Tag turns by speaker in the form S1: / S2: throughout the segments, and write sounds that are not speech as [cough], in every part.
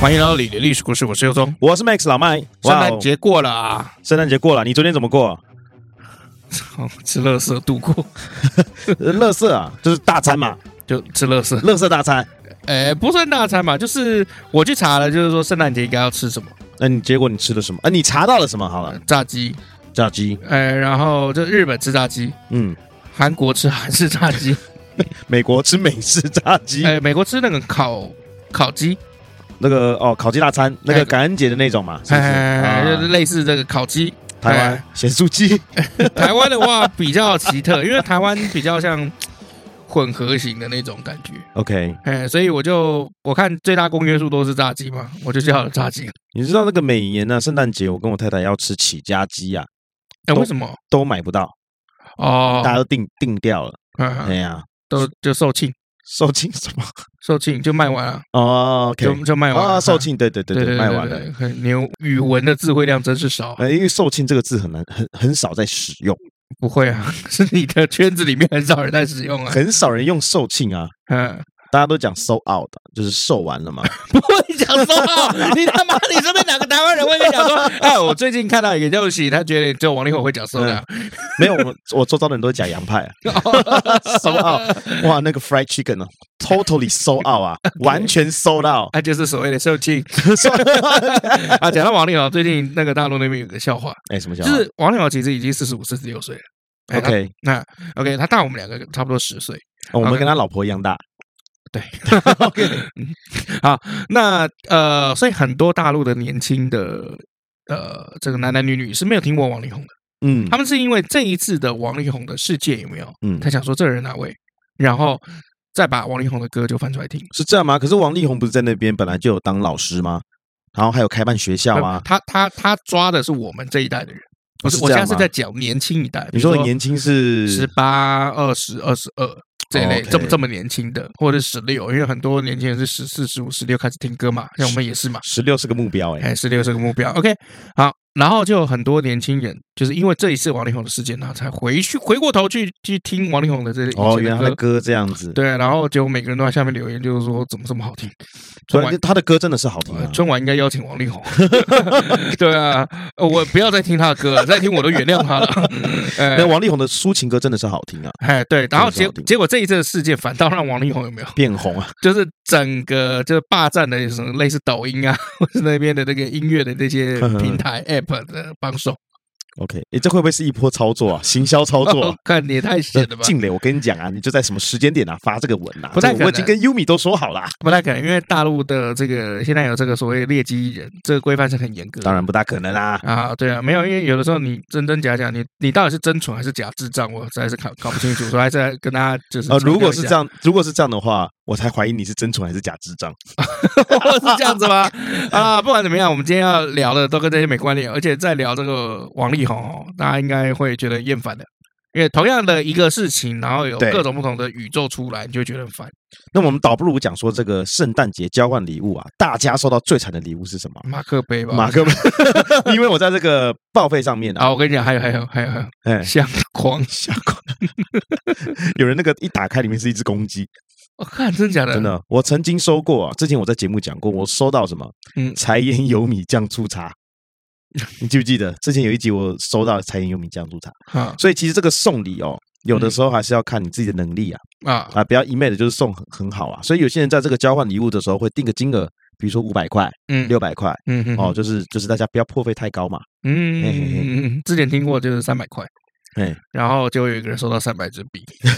S1: 欢迎来到李的历史故事，我是尤忠。
S2: 我是 Max 老麦。
S1: 圣
S2: 哇哦
S1: 诞，节过了啊，
S2: 圣诞节过了，你昨天怎
S1: [laughs]
S2: 么过？
S1: 哦吃乐色度过， [laughs]
S2: 呃乐色啊，就是大餐嘛，
S1: 就吃乐色。
S2: [laughs] 乐色大餐。
S1: 哎，不算大餐吧，就是我去查了，就是说圣诞节应该要吃什么，呃
S2: 那、哎你结果你吃了什么？啊，你查到了什么？好了，
S1: 炸鸡。
S2: 炸鸡，
S1: 哎，然后就日本吃炸鸡，
S2: 嗯，
S1: 韩国吃韩式炸鸡，
S2: 美国吃美式炸鸡，
S1: 哎，美国吃那个烤烤鸡，
S2: 那个哦，烤鸡大餐，那
S1: 哎
S2: 个感恩节的那种嘛，是不是？
S1: 哎，
S2: 啊
S1: 就是类似这个烤鸡。
S2: 台
S1: 哎
S2: 湾咸酥鸡， [laughs]
S1: 台湾的话比较奇特，因为台湾比较像混合型的那种感觉，
S2: OK，
S1: 哎，所以我就我看最大公约数都是炸鸡嘛，我就叫了炸鸡。
S2: 你知道那个每年呢、圣诞节我跟我太太要吃起家鸡啊，
S1: 哎，
S2: 都
S1: 为什么？
S2: 都买不到，
S1: 哦，
S2: 大家都订订掉了。
S1: 嗯
S2: 哎呀，
S1: 都就售罄，
S2: 售罄什么？
S1: 售罄就卖完了，
S2: 哦
S1: 就
S2: ，OK，
S1: 就卖完了
S2: 啊，售。罄，对对对
S1: 对对，
S2: 对，卖完了。
S1: 了。很牛，语文的智慧量真是少。
S2: 呃，因为“售罄”这个字很难，很很少在使用，
S1: 不会啊，是你的圈子里面很少人在使用啊。
S2: 很少人用“售罄”啊，
S1: 嗯， [laughs]
S2: 大家都讲 “sold out”，就是售完了嘛。
S1: 不会讲说，你他妈，你身边哪个台湾人会跟你讲说？哎，我最近看到一个消息，他觉得只有王力宏会讲说的啊。
S2: 没有，我们我周遭的人都讲
S1: [laughs]
S2: 洋派、啊、，sold out，哇，那个 fried chicken 呢、t o t a l l y sold out 啊，完全 sold out，
S1: [laughs] 他啊就是所谓的 [laughs] 售罄啊。讲到王力宏，最近那个大陆那边有个笑话，
S2: 哎、什么叫
S1: 就？是王力宏其实已经四十五、四十六岁了。哎他
S2: OK，
S1: 那 OK，他大我们两个差不多十岁。
S2: 哦我们跟他老婆一样大，
S1: 对，OK，好，那呃，所以很多大陆的年轻的呃，这个男男女女是没有听过王力宏的，
S2: 嗯
S1: 他们是因为这一次的王力宏的事件有没有？
S2: 嗯
S1: 他，想说这人哪位，然后再把王力宏的歌就翻出来听。
S2: 是这样吗？可是王力宏不是在那边本来就有当老师吗？然后还有开办学校啊？
S1: 他他他抓的是我们这一代的人，不是
S2: 是
S1: 我
S2: 哦这
S1: 现
S2: 样
S1: 在是
S2: 吗
S1: 在讲年轻一代，呃比
S2: 你
S1: 如
S2: 说的年轻是
S1: 十八、二十、二十二这一类，
S2: OK
S1: 这么这么年轻的，或者是十六，因为很多年轻人是十四、十五、十六开始听歌嘛，像我们也是嘛，
S2: 十六是个目标、哎，
S1: 哎，十六是个目标。OK，好，然后就有很多年轻人，就是因为这一次王力宏的事件，然后才回去回过头去去听王力宏的这些
S2: 哦，
S1: 以前
S2: 原来
S1: 的
S2: 他
S1: 歌
S2: 的。歌这样子，
S1: 对，然后结果每个人都在下面留言，就是说怎么这么好听？
S2: 对
S1: 春晚，
S2: 他的歌真的是好听、啊
S1: 呃。春晚应该邀请王
S2: [laughs]
S1: 力宏。 [laughs] 对啊，呃我不要再听他的歌了，再听我都原谅他了。哎
S2: [laughs] 那王力宏的抒情歌真的是好听啊，
S1: 哎，对，然后结
S2: 真的是好听
S1: 结果这一次的事件反倒让王力宏有没有，
S2: 变红啊，
S1: 就是整个就是霸占的什么类似抖音啊，或是那边的那个音乐的那些平台 app 的帮手，？
S2: OK，诶，这会不会是一波操作啊？行销操作、 [laughs] 啊
S1: [laughs] 看你也太闲了吧？
S2: 静蕾，我跟你讲啊，你就在什么时间点啊发这个文啊？
S1: 不太可
S2: 这个
S1: 能
S2: 我已经跟 Yumi 都说好啊啦。
S1: 不太可能，因为大陆的这个现在有这个所谓劣迹艺人，这个规范是很严格的。
S2: 当然不大可能啦、
S1: 啊，对啊，没有，因为有的时候你真真假假，你你到底是真蠢还是假智障，我实在是搞搞不清楚，所以还是来跟大家就是
S2: 呃，如果是
S1: 强调一下
S2: 这样，如果是这样的话，我才怀疑你是真蠢还是假智障。
S1: [laughs] 是这样子吗？啊，不管怎么样，我们今天要聊的都跟这些没关联，而且在聊这个王力宏哦，大家应该会觉得厌烦的，因为同样的一个事情，然后有
S2: 对
S1: 各种不同的宇宙出来，你就会觉得很烦。
S2: 那我们倒不如讲说这个圣诞节交换礼物啊，大家收到最惨的礼物是什么？
S1: 马克杯吧，
S2: 马克杯， [laughs] 因为我在这个报废上面啊，
S1: 啊，我跟你讲，还有还有还有还有
S2: 哎，
S1: 相框，
S2: 有人那个一打开里面是一只公鸡，
S1: 我看真假的，
S2: [laughs] 真的，我曾经收过啊，之前我在节目讲过，我收到什么？
S1: 嗯
S2: 嗯，柴盐油米酱醋
S1: [laughs]
S2: 茶。你记不记得之前有一集我收到柴盐油米酱醋茶？
S1: 啊
S2: 所以其实这个送礼哦，
S1: 嗯
S2: 有的时候还是要看你自己的能力啊，
S1: 啊，
S2: 啊，不要一昧的就是送很很好啊。所以有些人在这个交换礼物的时候会定个金额，比如说五百块、
S1: 嗯
S2: 六百块，
S1: 嗯嗯
S2: 哦，就是就是大家不要破费太高嘛。
S1: 嗯
S2: 嘿嘿
S1: 嗯，嗯之前听过就是三百块，
S2: 哎，
S1: 然后就有一个人收到三百支笔， [laughs]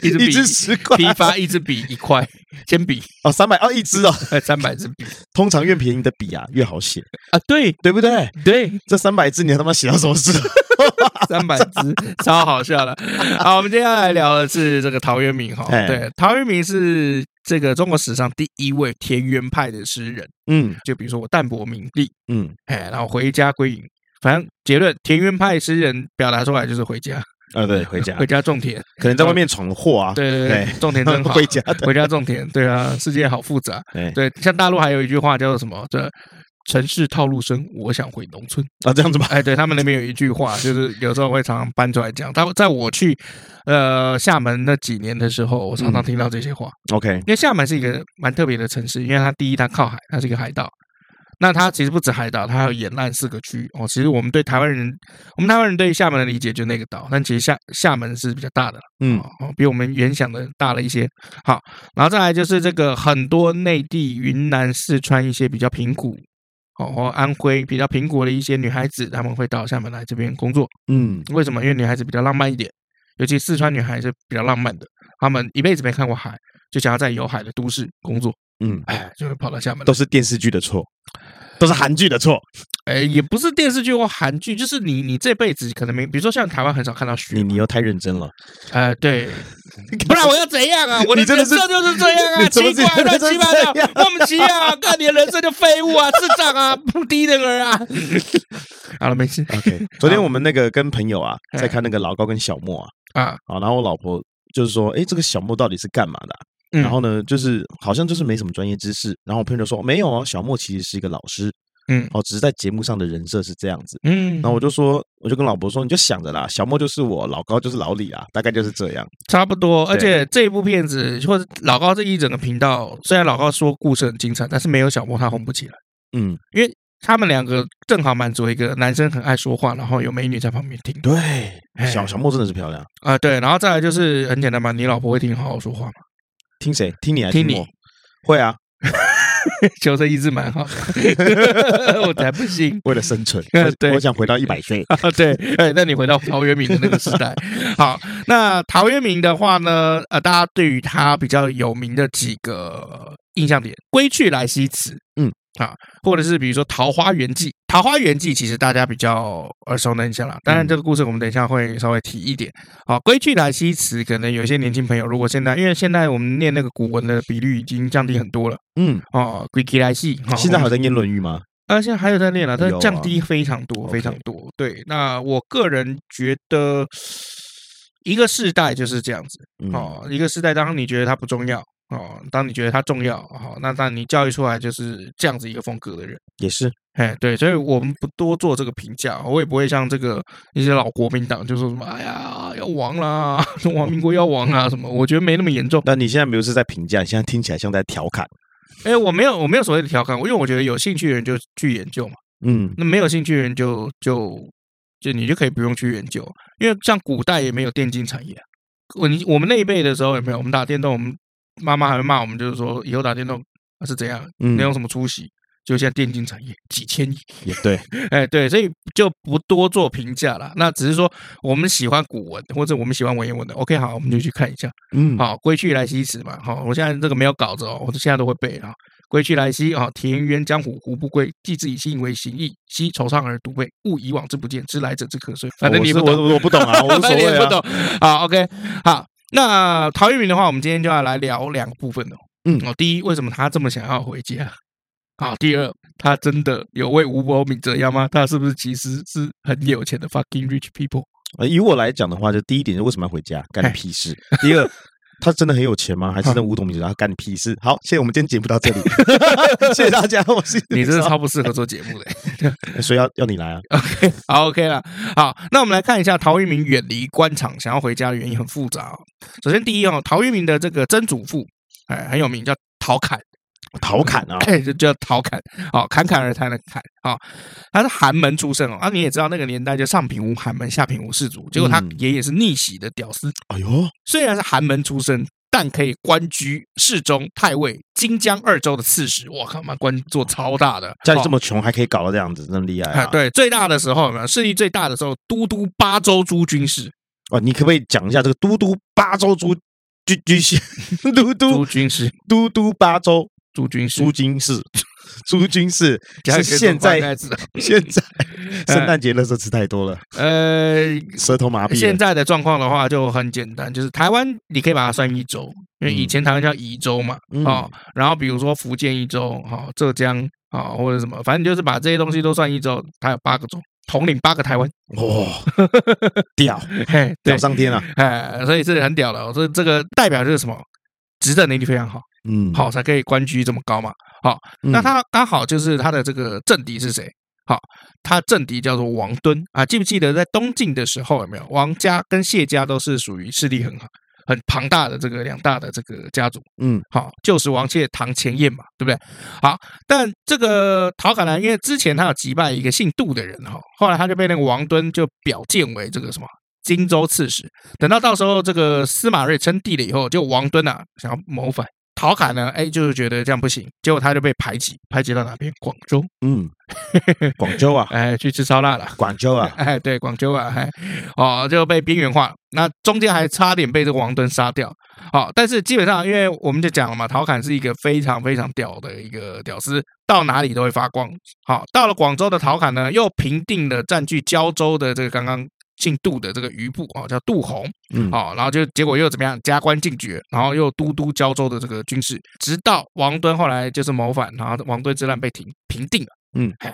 S1: 一支笔
S2: 一支十块
S1: 批发一支笔一块，铅笔
S2: [laughs] 哦，三百哦，一支哦。
S1: 三百支笔
S2: 通常越便宜的笔啊越好写，
S1: 啊，对
S2: 对不对？
S1: 对，
S2: 这三百字你他妈写到什么时候？ [laughs]
S1: 三百支，超好笑的。好，我们接下来聊的是这个陶渊明哈，
S2: 哎
S1: 对，陶渊明是这个中国史上第一位田园派的诗人，
S2: 嗯
S1: 就比如说我淡泊名利， [laughs]
S2: 嗯，
S1: 哎，然后回家归隐，反正结论，田园派诗人表达出来就是回家，
S2: 啊，对，回家
S1: 回家种田。
S2: 可能在外面闯了祸啊，
S1: 对对对，
S2: 对
S1: 种田真好
S2: [laughs] 回。家哎的，
S1: 回家种田，对啊，世界好复杂。
S2: 对
S1: 对，像大陆还有一句话叫做什么？这城市套路深，我想回农村。
S2: 啊，这样子吧，
S1: 哎，对他们那边有一句话，就是有时候会常常搬出来讲。他们在我去呃厦门那几年的时候，我
S2: 嗯
S1: 常常听到这些话。
S2: OK，
S1: 因为厦门是一个蛮特别的城市，因为它第一它靠海，它是一个海岛。那它其实不止海岛，它还有沿岸四个区哦。其实我们对台湾人，我们台湾人对厦门的理解就那个岛，但其实厦厦门是比较大的，
S2: 嗯
S1: 哦，哦比我们原想的大了一些。好，然后再来就是这个很多内地、云南、四川一些比较贫苦，哦或安徽比较贫苦的一些女孩子，她们会到厦门来这边工作。
S2: 嗯，
S1: 为什么？因为女孩子比较浪漫一点，尤其四川女孩是比较浪漫的，她们一辈子没看过海，就想要在有海的都市工作，
S2: 嗯，
S1: 哎，就会跑到厦门来
S2: 都。是电视剧的错，都是韩剧的错，
S1: 哎，也不是电视剧或韩剧，就是你你这辈子可能没，比如说像台湾很少看到雪
S2: 你，你又太认
S1: [laughs]
S2: 真了，
S1: 哎，对，不然我要怎样啊？我的
S2: 你真的
S1: 人
S2: 是
S1: 生就是这样啊，
S2: 你怎么
S1: 奇
S2: 知
S1: 怪
S2: 道
S1: 乱
S2: 这
S1: 七
S2: 是
S1: 八
S2: 这
S1: 糟
S2: 样，
S1: 莫名其妙啊，看你的人生就废物啊，智障啊，低能儿
S2: [laughs]
S1: 啊。好了，没事
S2: OK，昨天我们那个跟朋友啊，
S1: 嗯
S2: 在看那个老高跟小莫啊，
S1: 啊，
S2: 啊，然后我老婆就是说，哎，这个小莫到底是干嘛的啊、
S1: 嗯
S2: 然后呢，就是好像就是没什么专业知识。然后我朋友就说，没有哦，小莫其实是一个老师，
S1: 嗯
S2: 哦，只是在节目上的人设是这样子。
S1: 嗯
S2: 然，后我就说，我就跟老婆说，你就想着啦，小莫就是我，老高就是老李啊，大概就是这样。
S1: 差不多。而
S2: 对
S1: 且这一部片子或者老高这一整个频道，虽然老高说故事很精彩，但是没有小莫他红不起来。
S2: 嗯，
S1: 他们两个正好满足一个男生很爱说话，然后有美女在旁边听
S2: 对，小
S1: 哎
S2: 小莫真的是漂亮。
S1: 啊、对，然后再来就是很简单嘛，你老婆会听好好说话嘛，
S2: 听谁？听你还是
S1: 听你
S2: 我？会啊，
S1: [laughs] 求生意志蛮好的， [laughs] 我才不信。，
S2: 为了生存
S1: [laughs] 对
S2: 我想回到一百岁。
S1: 啊， [laughs] 对，哎，那你回到陶渊明的那个时代，好，那陶渊明的话呢，呃，大家对于他比较有名的几个印象点，《归去来兮辞》，
S2: 嗯，
S1: 啊，或者是比如说《桃花源记》，《桃花源记》其实大家比较耳熟能详了，当
S2: 嗯
S1: 然这个故事我们等一下会稍微提一点。好，《归去来兮辞》可能有一些年轻朋友，如果现在因为现在我们念那个古文的比率已经降低很多了
S2: 嗯，
S1: 哦，《归去来兮》哦
S2: 现在还有在念《论语》吗？
S1: 啊，现在还有在练了，但
S2: 有
S1: 是
S2: 啊
S1: 降低非常多，
S2: OK
S1: 非常多。对，那我个人觉得，一个世代就是这样子
S2: 嗯，
S1: 哦。一个世代，当你觉得它不重要哦，当你觉得它重要，好、哦，那当你教育出来就是这样子一个风格的人。
S2: 也是。
S1: 哎，对，所以我们不多做这个评价，我也不会像这个一些老国民党就说什么“哎呀，要亡啦， [laughs] 中华民国要亡啊”什么，我觉得没那么严重。
S2: [laughs] 那你现在没有是在评价，你现在听起来像在调侃。
S1: 哎，我没有，我没有所谓的调侃，因为我觉得有兴趣的人就去研究嘛。
S2: 嗯，
S1: 那没有兴趣的人就就就你就可以不用去研究，因为像古代也没有电竞产业啊。我你我们那一辈的时候也没有，我们打电动，我们妈妈还会骂我们，就是说以后打电动啊是怎样，
S2: 嗯
S1: 能有什么出息？就现在电竞产业几千亿，
S2: 也对，
S1: 哎，对，所以就不多做评价了。那只是说我们喜欢古文或者我们喜欢文言文的，OK，好，我们就去看一下。
S2: 嗯，
S1: 好，哦归去来兮辞嘛，好，我现在这个没有稿子哦，我现在都会背啊。归去来兮，啊，田园江湖胡不归？既自以信为行矣，奚惆怅而独背，物以往之不见，知来者之可追。反正你也
S2: 我
S1: 不
S2: 是
S1: 懂，
S2: 我我不懂
S1: [laughs]
S2: 啊，我无所
S1: 反正你
S2: 谓
S1: 也
S2: 啊
S1: 不。懂。好，OK，好。那陶渊明的话，我们今天就要来聊两个部分哦。
S2: 嗯
S1: 哦，第一，为什么他这么想要回家？好，第二，他真的有为吴伯敏折腰吗？他是不是其实是很有钱的 fucking rich
S2: [laughs]
S1: people？
S2: 呃以我来讲的话，就第一点，就为什么要回家，
S1: 哎
S2: 干你屁事。第二，他真的很有钱吗？还是那五斗米折腰，干你屁事？好，谢谢，我们今天节目到这里， [laughs] 谢谢大家，我是
S1: 你真是超不适合做节目的。
S2: 所以要要你来啊，
S1: 好，OK 了。好，那我们来看一下陶渊明远离官场想要回家的原因很复杂、哦。首先，第一哦，陶渊明的这个曾祖父，哎，很有名，叫陶侃， [clears throat]
S2: 调侃啊，
S1: 哎，就叫陶侃，好、侃侃而谈的侃，好、他是寒门出身哦。啊，你也知道那个年代就上品无寒门，下品无士族，结果他
S2: 嗯
S1: 爷爷是逆袭的屌丝，
S2: 哎呦，
S1: 虽然是寒门出身。但可以官居侍中、太尉、荆江二州的刺史，我靠妈官做超大的，
S2: 家里
S1: 哦
S2: 这么穷还可以搞到这样子，真厉害
S1: 啊
S2: 啊！，
S1: 对，最大的时候有没有？势力最大的时候，都督八州诸军事，
S2: 哇，你可不可以讲一下这个都督八州诸居居 [laughs] 县，都督
S1: 诸军师，
S2: 都督八州
S1: 诸军师
S2: 诸，军事， [laughs] 诸军事
S1: 加
S2: 是
S1: 一个
S2: 现
S1: 中华
S2: 在
S1: 盖子
S2: 现
S1: [laughs]
S2: 在
S1: 哎
S2: 圣诞节垃圾吃太多了，
S1: 呃，
S2: 舌头麻痹
S1: 现
S2: 了。
S1: 在的状况的话就很简单，就是台湾你可以把它算一州，因为以
S2: 嗯
S1: 前台湾叫宜州嘛，
S2: 嗯
S1: 哦，然后比如说福建一州，哦，浙江啊、哦，或者什么，反正就是把这些东西都算一州，它有八个州，统领八个
S2: [laughs]
S1: 台湾，
S2: 哇，屌
S1: 嘿， [laughs] 对
S2: 屌，上天啊！
S1: 哎，所以这个很屌了，这这个代表就是什么？执政能力非常好，
S2: 嗯，
S1: 好才可以官居这么高嘛。好，
S2: 嗯，
S1: 那他刚好就是他的这个政敌是谁？好，他政敌叫做王敦啊，记不记得在东晋的时候有没有王家跟谢家都是属于势力很好、很庞大的这个两大的这个家族？
S2: 嗯
S1: 好，旧时王谢堂前燕嘛，对不对？好，但这个陶侃呢，因为之前他有击败一个姓杜的人哈，后来他就被那个王敦就表荐为这个什么荆州刺史。等到到时候这个司马睿称帝了以后，就王敦啊想要谋反，陶侃呢，哎，就是觉得这样不行，结果他就被排挤，排挤到哪边？广州，
S2: 嗯，广
S1: [laughs]
S2: 州啊，
S1: 哎，去吃烧腊了。
S2: 广州啊，
S1: [laughs] 哎，对，广州啊，哎，哦，就被边缘化了。那中间还差点被这个王敦杀掉。好、但是基本上，因为我们就讲了嘛，陶侃是一个非常非常屌的一个屌丝，到哪里都会发光。好、到了广州的陶侃呢，又平定了占据胶州的这个刚刚姓杜的这个余部哦，叫杜洪。
S2: 嗯，
S1: 好、哦然后就结果又怎么样？加官进爵，然后又都督胶州的这个军事，直到王敦后来就是谋反，然后王敦之乱被停平定了，
S2: 嗯
S1: 哎，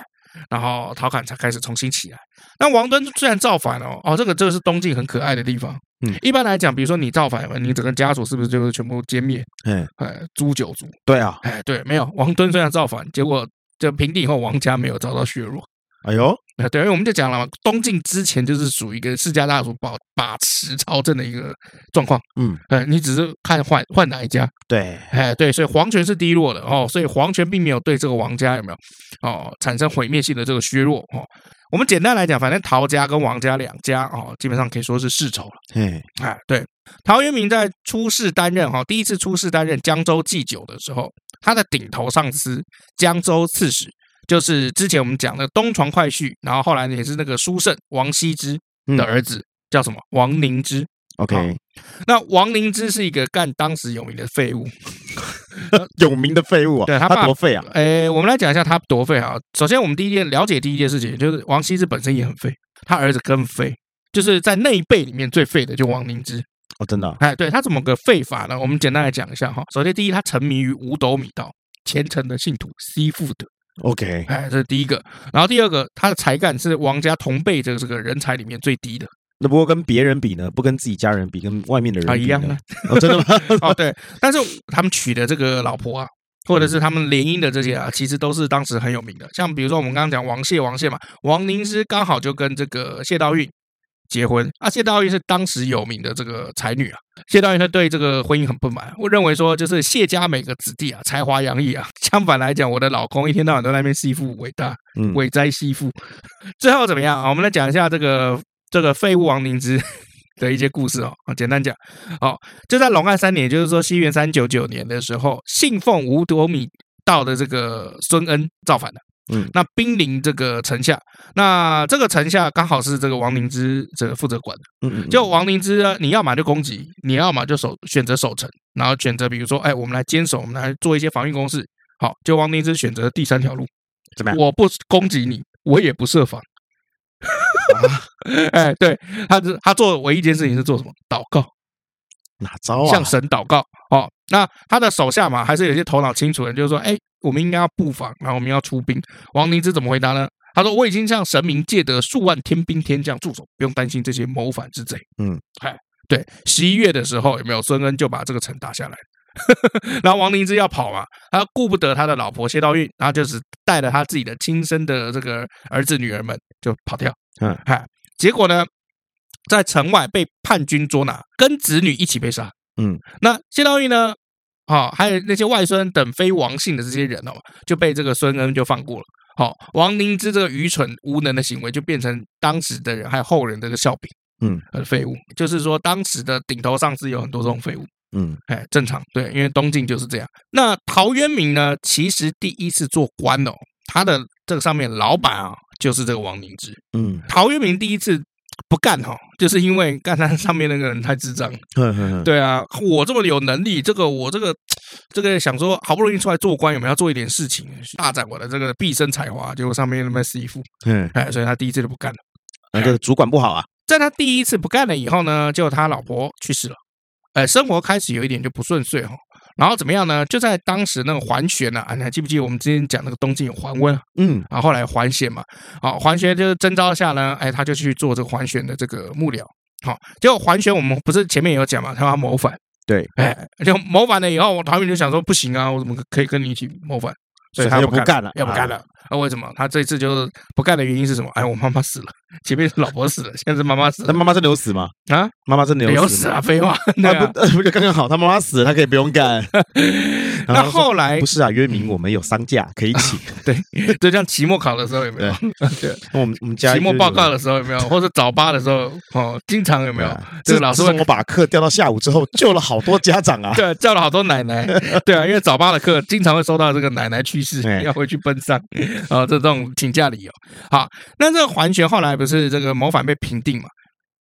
S1: 然后陶侃才开始重新起来。但王敦虽然造反哦，哦，这个这个是东晋很可爱的地方。
S2: 嗯，
S1: 一般来讲，比如说你造反，你整个家族是不是就是全部歼灭？
S2: 哎，
S1: 哎，诛九族。
S2: 对啊，
S1: 哎，对，没有王敦虽然造反，结果就平定以后，王家没有遭到削弱。
S2: 哎呦，
S1: 啊，对，因为我们就讲了嘛，东晋之前就是属于一个世家大族把把持朝政的一个状况。
S2: 嗯，
S1: 呃，你只是看换换哪一家，
S2: 对，
S1: 哎，对，所以皇权是低落的哦，所以皇权并没有对这个王家有没有哦产生毁灭性的这个削弱哦。我们简单来讲，反正陶家跟王家两家哦，基本上可以说是世仇了。
S2: 嘿，
S1: 哎，对，陶渊明在出仕担任哈，第一次出仕担任江州祭酒的时候，他的顶头上司江州刺史，就是之前我们讲的东床快婿，然后后来也是那个书圣王羲之的儿子，叫什么王凝之。
S2: 嗯，OK，
S1: 那王凝之是一个干当时有名的废物，
S2: 有名的废物啊，
S1: 对他爸
S2: 他多废啊，
S1: 诶，我们来讲一下他多废啊。首先，我们第一件了解第一件事情，就是王羲之本身也很废，他儿子更废，就是在那一辈里面最废的就王凝之。
S2: 哦，真的啊，
S1: 哎，对他怎么个废法呢？我们简单来讲一下哈。首先，第一，他沉迷于五斗米道，虔诚的信徒西富德，
S2: OK，
S1: 哎，这是第一个。然后第二个，他的才干是王家同辈的这个人才里面最低的
S2: 那不过跟别人比呢，不跟自己家人比，跟外面的人
S1: 啊，
S2: 比
S1: 一样
S2: 呢
S1: 的。
S2: 哦，
S1: [laughs]
S2: 真的吗？
S1: 哦，对，但是他们娶的这个老婆啊，或者是他们联姻的这些啊，其实都是当时很有名的。像比如说我们刚刚讲王谢，王谢嘛，王凝之刚好就跟这个谢道韫结婚啊。谢道韫是当时有名的这个才女啊。谢道韫她对这个婚姻很不满，啊我认为说就是谢家每个子弟啊，才华洋溢啊。相反来讲，我的老公一天到晚都在那边吸附伟大，
S2: 嗯，
S1: 伟哉西父。 [laughs] 最后怎么样啊？我们来讲一下这个这个废物王凝之 [laughs] 的一些故事哦。啊简单讲，哦，就在隆汉三年，也就是说西元三九九年的时候，信奉五斗米道的这个孙恩造反了。
S2: 嗯，
S1: 那兵临这个城下，那这个城下刚好是这个王凝之这个负责管的。
S2: 嗯嗯
S1: 就王凝之呢，你要么就攻击，你要么就守选择守城，然后选择比如说，哎，我们来坚守，我们来做一些防御工事。好，就王凝之选择第三条路，
S2: 怎么样
S1: 我不攻击你，我也不设防。 [laughs]
S2: 啊
S1: 哎，对，他是他做唯一一件事情是做什么？祷告，
S2: 哪招啊
S1: 向？神祷告。哦，那他的手下嘛，还是有一些头脑清楚的人，就是说，哎，我们应该要布防，然后我们要出兵。王凝之怎么回答呢？他说：“我已经向神明借得数万天兵天将驻守，不用担心这些谋反之贼。”
S2: 嗯，
S1: 哎，对，十一月的时候有没有孙恩就把这个城打下来？ [laughs] 然后王凝之要跑嘛，他顾不得他的老婆谢道韫，然后就只带了他自己的亲生的这个儿子女儿们就跑掉。
S2: 嗯
S1: 哎，结果呢，在城外被叛军捉拿，跟子女一起被杀。
S2: 嗯，
S1: 那谢道韫呢？哦，还有那些外孙等非王姓的这些人哦，就被这个孙恩就放过了。好、王凝之这个愚蠢无能的行为，就变成当时的人还有后人的一个笑柄。
S2: 嗯，
S1: 呃，废物，就是说当时的顶头上司有很多这种废物。
S2: 嗯，
S1: 哎，正常，对，因为东晋就是这样。那陶渊明呢，其实第一次做官哦，他的这个上面老板啊，就是这个王凝之。
S2: 嗯，
S1: 陶渊明第一次不干哦，就是因为干他上面那个人太智障。
S2: 哼哼哼，
S1: 对啊，我这么有能力，这个我这个这个想说，好不容易出来做官，有没有要做一点事情，大展我的这个毕生才华？结果上面那么欺负，
S2: 嗯，
S1: 哎，所以他第一次就不干了。
S2: 那这个主管不好啊，
S1: 在他第一哎次不干了以后呢，就他老婆去世了，呃，生活开始有一点就不顺遂哈、然后怎么样呢？就在当时那个环旋呢、啊，你还记不记得我们之前讲那个东晋有桓温，啊
S2: 嗯，
S1: 然后后来桓玄嘛，好、桓玄就是征召下呢，哎，他就去做这个桓玄的这个幕僚。好、结果桓玄我们不是前面也有讲嘛，他要谋反，
S2: 对，
S1: 哎，就谋反了以后，我陶云就想说不行啊，我怎么可以跟你一起谋反？所以他
S2: 他
S1: 要
S2: 就
S1: 不
S2: 不干了，
S1: 要不干
S2: 啊。
S1: 了。那、为什么？他这一次就是不干的原因是什么？哎，我妈妈死了，前面是老婆死了，现在是妈妈死
S2: 那
S1: 了
S2: 妈妈真的有死吗？
S1: 啊，
S2: 妈妈真的
S1: 有
S2: 死
S1: 死
S2: 吗？
S1: 啊，废话。
S2: [laughs]
S1: 对
S2: 啊
S1: 啊哎
S2: 不，呃不，刚刚好，他妈妈死了，他可以不
S1: [laughs]
S2: 用干。 [laughs] 然
S1: 啊那
S2: 后他说
S1: 后来
S2: 不是啊，约明我们有丧假可以
S1: [laughs]
S2: 请，
S1: 就像期末考的时候有没有？
S2: 那我们我们家
S1: 期末报告
S2: 了
S1: 的时候有没有？或者早八的时候哦，经常有没有？
S2: 啊
S1: 这个老师会
S2: 我把课调到下午之后，救了好多家长啊。
S1: [laughs] 对，叫了好多奶
S2: [laughs]
S1: 奶，对啊，因为早八的课经常会收到这个奶奶去世
S2: 哎
S1: 要回去奔丧啊、这种请假理由。好，那这个桓玄后来不是这个谋反被平定嘛？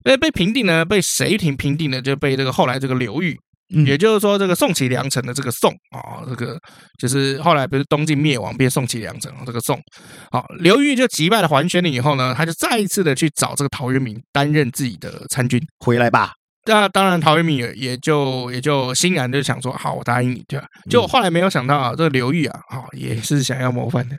S1: 那被平定呢，被谁平平定呢？就被这个后来这个刘裕，
S2: 嗯
S1: 也就是说这个宋齐梁陈的这个宋啊、这个就是后来不是东晋灭亡变宋齐梁陈哦这个宋。好，刘裕就击败了桓玄了以后呢，他就再一次的去找这个陶渊明担任自己的参军。
S2: 回来吧，
S1: 那当然，陶渊明也也就也就欣然就想说，好，我答应你，对吧？就后来没有想到啊，这个刘裕啊，哦，也是想要谋反的，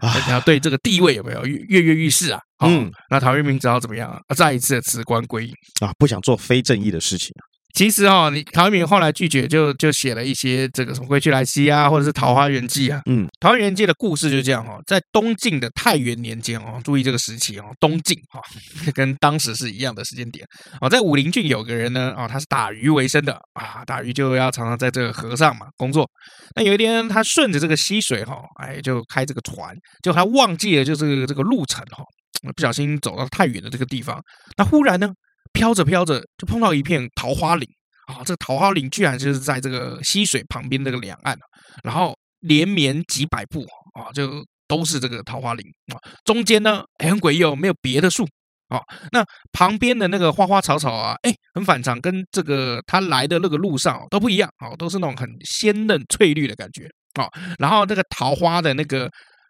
S2: 啊
S1: 想要对这个地位有没有跃跃跃欲试啊？哦、
S2: 嗯
S1: 嗯，那陶渊明只好怎么样啊？再一次的辞官归隐。
S2: 啊，不想做非正义的事情。
S1: 其实哦，你陶渊明后来拒绝就就写了一些这个什么《归去来兮》啊，或者是《桃花源记》啊。
S2: 嗯，
S1: 《桃花源记》的故事就这样哦，在东晋的太元年间哦，注意这个时期哦， [laughs] 东晋啊、哦，跟当时是一样的时间点哦，在武陵郡有个人呢啊、哦，他是打鱼为生的啊，打鱼就要常常在这个河上嘛工作。那有一天，他顺着这个溪水哈、哦，哎，就开这个船，就他忘记了就是这个路程哈、哦，不小心走到太远的这个地方，那忽然呢，飘着飘着就碰到一片桃花林啊、这个桃花林居然就是在这个溪水旁边这个两岸、啊，然后连绵几百步啊、就都是这个桃花林啊、中间呢，哎，很诡异哦，没有别的树。啊。那旁边的那个花花草草啊，哎，很反常，跟这个他来的那个路上、哦、都不一样哦，都是那种很鲜嫩翠绿的感觉哦。然后那个桃花的那个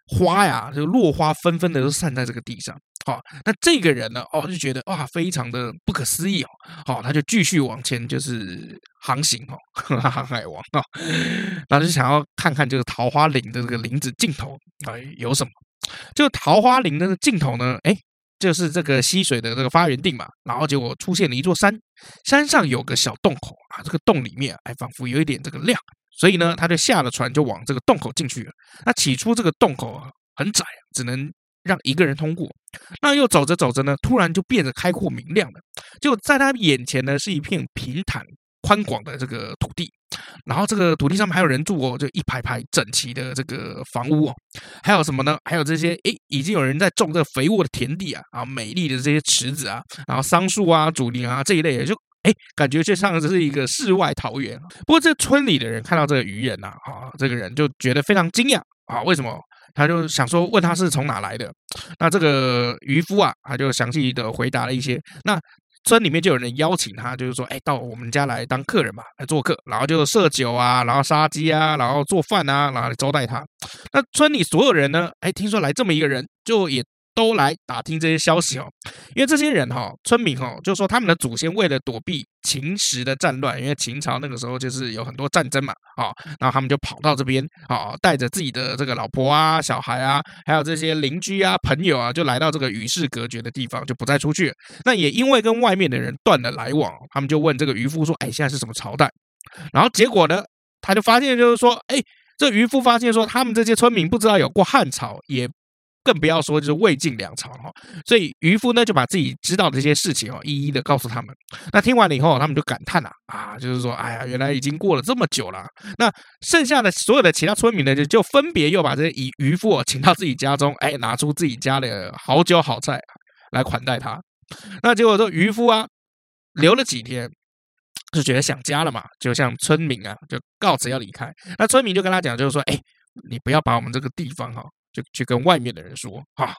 S1: 花呀，就落花纷纷的都散在这个地上。好、那这个人呢，哦，就觉得哇，非常的不可思议哦，好、他就继续往前就是航行哦， [laughs] 航海王啊、哦，然后就想要看看这个桃花林的这个林子尽头啊、有什么。这个桃花林的尽头呢，哎，就是这个溪水的这个发源地嘛，然后结果出现了一座山，山上有个小洞口啊，这个洞里面哎，仿佛有一点这个亮，所以呢，他就下了船就往这个洞口进去了。那起初这个洞口啊很窄，只能让一个人通过。那又走着走着呢，突然就变得开阔明亮了。就在他眼前呢，是一片平坦宽广的这个土地，然后这个土地上面还有人住哦，就一排排整齐的这个房屋哦，还有什么呢？还有这些诶，已经有人在种这个肥沃的田地啊，啊，美丽的这些池子啊，然后桑树啊、竹林啊这一类的，就哎，感觉就像是一个世外桃源。啊不过这村里的人看到这个渔人呐、啊，这个人就觉得非常惊讶啊，为什么？他就想说，问他是从哪来的，那这个渔夫啊，他就详细的回答了一些。那村里面就有人邀请他，就是说，哎，到我们家来当客人嘛，来做客，然后就设酒啊，然后杀鸡啊，然后做饭啊，然后来招待他。那村里所有人呢，哎，听说来这么一个人，就也都来打听这些消息哦。因为这些人哈、村民哈、就说他们的祖先为了躲避秦时的战乱，因为秦朝那个时候就是有很多战争嘛，啊、然后他们就跑到这边啊、带着自己的这个老婆啊、小孩啊，还有这些邻居啊、朋友啊，就来到这个与世隔绝的地方，就不再出去了。那也因为跟外面的人断了来往，他们就问这个渔夫说：“哎，现在是什么朝代？”然后结果呢，他就发现就是说，哎，这渔夫发现说，他们这些村民不知道有过汉朝，也更不要说就是魏晋两朝了哈。所以渔夫呢就把自己知道的这些事情哦，一一的告诉他们。那听完了以后，他们就感叹啊啊，就是说，哎呀，原来已经过了这么久了。那剩下的所有的其他村民呢，就就分别又把这些渔渔夫哦请到自己家中，哎，拿出自己家的好酒好菜来款待他。那结果这渔夫啊，留了几天，就觉得想家了嘛，就向村民啊就告辞要离开。那村民就跟他讲，就是说，哎，你不要把我们这个地方哈、就去跟外面的人说啊。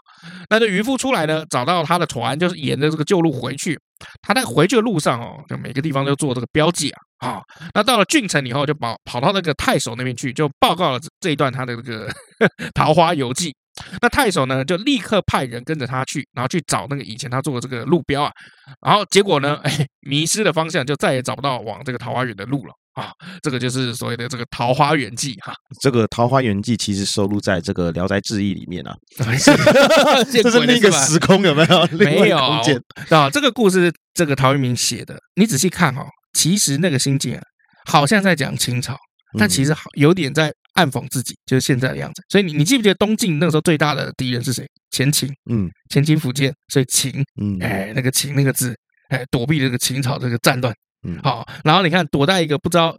S1: 那这渔夫出来呢，找到他的船，就是沿着这个旧路回去。他在回去的路上哦，就每个地方都做这个标记啊啊。那到了郡城以后，就跑跑到那个太守那边去，就报告了这这一段他的这个 [laughs] 桃花游记。那太守呢，就立刻派人跟着他去，然后去找那个以前他做的这
S2: 嗯
S1: 个路标啊，然后结果呢，哎，迷失了方向，就再也找不到往这个桃花源的路了啊，这个就是所谓的这个《桃花源记》啊哈。
S2: 这个《桃花源记》其实收录在这个《聊斋志异》里
S1: [laughs]
S2: 面啊，
S1: 这
S2: 这是另一个时空有没有？另外
S1: 没
S2: 一个
S1: 有
S2: 空间
S1: 啊，这个故事是这个陶渊明写的，你仔细看哦，其实那个心境啊，好像在讲清朝，但
S2: 嗯
S1: 其实好有点在暗讽自己，就是现在的样子。所以你你记不记得东晋那个时候最大的敌人是谁？前秦，
S2: 嗯
S1: 前秦苻坚，所以秦，
S2: 嗯，
S1: 哎，那个秦那个字，哎，躲避这个秦朝这个战乱。
S2: 嗯
S1: 好，然后你看躲在一个不知道。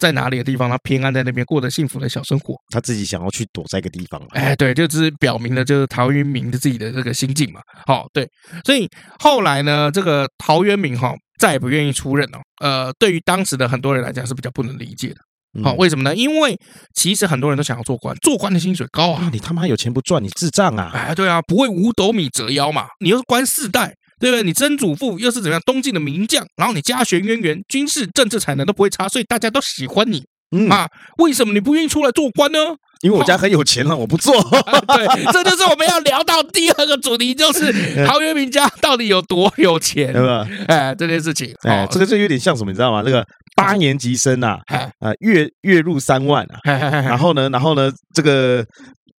S1: 在哪里的地方，他偏安在那边过着幸福的小生活。
S2: 他自己想要去躲在一个地方啊嘛，
S1: 哎，对，就只是表明了就是陶渊明的自己的这个心境嘛。好、对，所以后来呢，这个陶渊明哈、再也不愿意出任哦。呃，对于当时的很多人来讲是比较不能理解的。
S2: 嗯
S1: 好、为什么呢？因为其实很多人都想要做官，做官的薪水高
S2: 啊
S1: 啊，。
S2: 你他妈有钱不赚，你智障啊！
S1: 哎，对啊，不为五斗米折腰嘛。你又是官四代，对不对？你曾祖父又是怎么样东晋的名将，然后你家学渊源，军事、政治才能都不会差，所以大家都喜欢你
S2: 嗯，
S1: 啊。为什么你不愿意出来做官呢？ [laughs]
S2: 因为我家很有钱了，我不做。
S1: 啊对，这就是我们要聊到第二个主题，
S2: [laughs]
S1: 就是陶渊明家到底有多有钱
S2: 对？吧？
S1: 哎，这件事情，
S2: 哎，
S1: 哦
S2: 这个就有点像什么，你知道吗？那个八年级生啊，
S1: 哎
S2: 啊，月月入三万啊，
S1: 哎哎
S2: 然
S1: 哎
S2: 后呢，然后呢，这个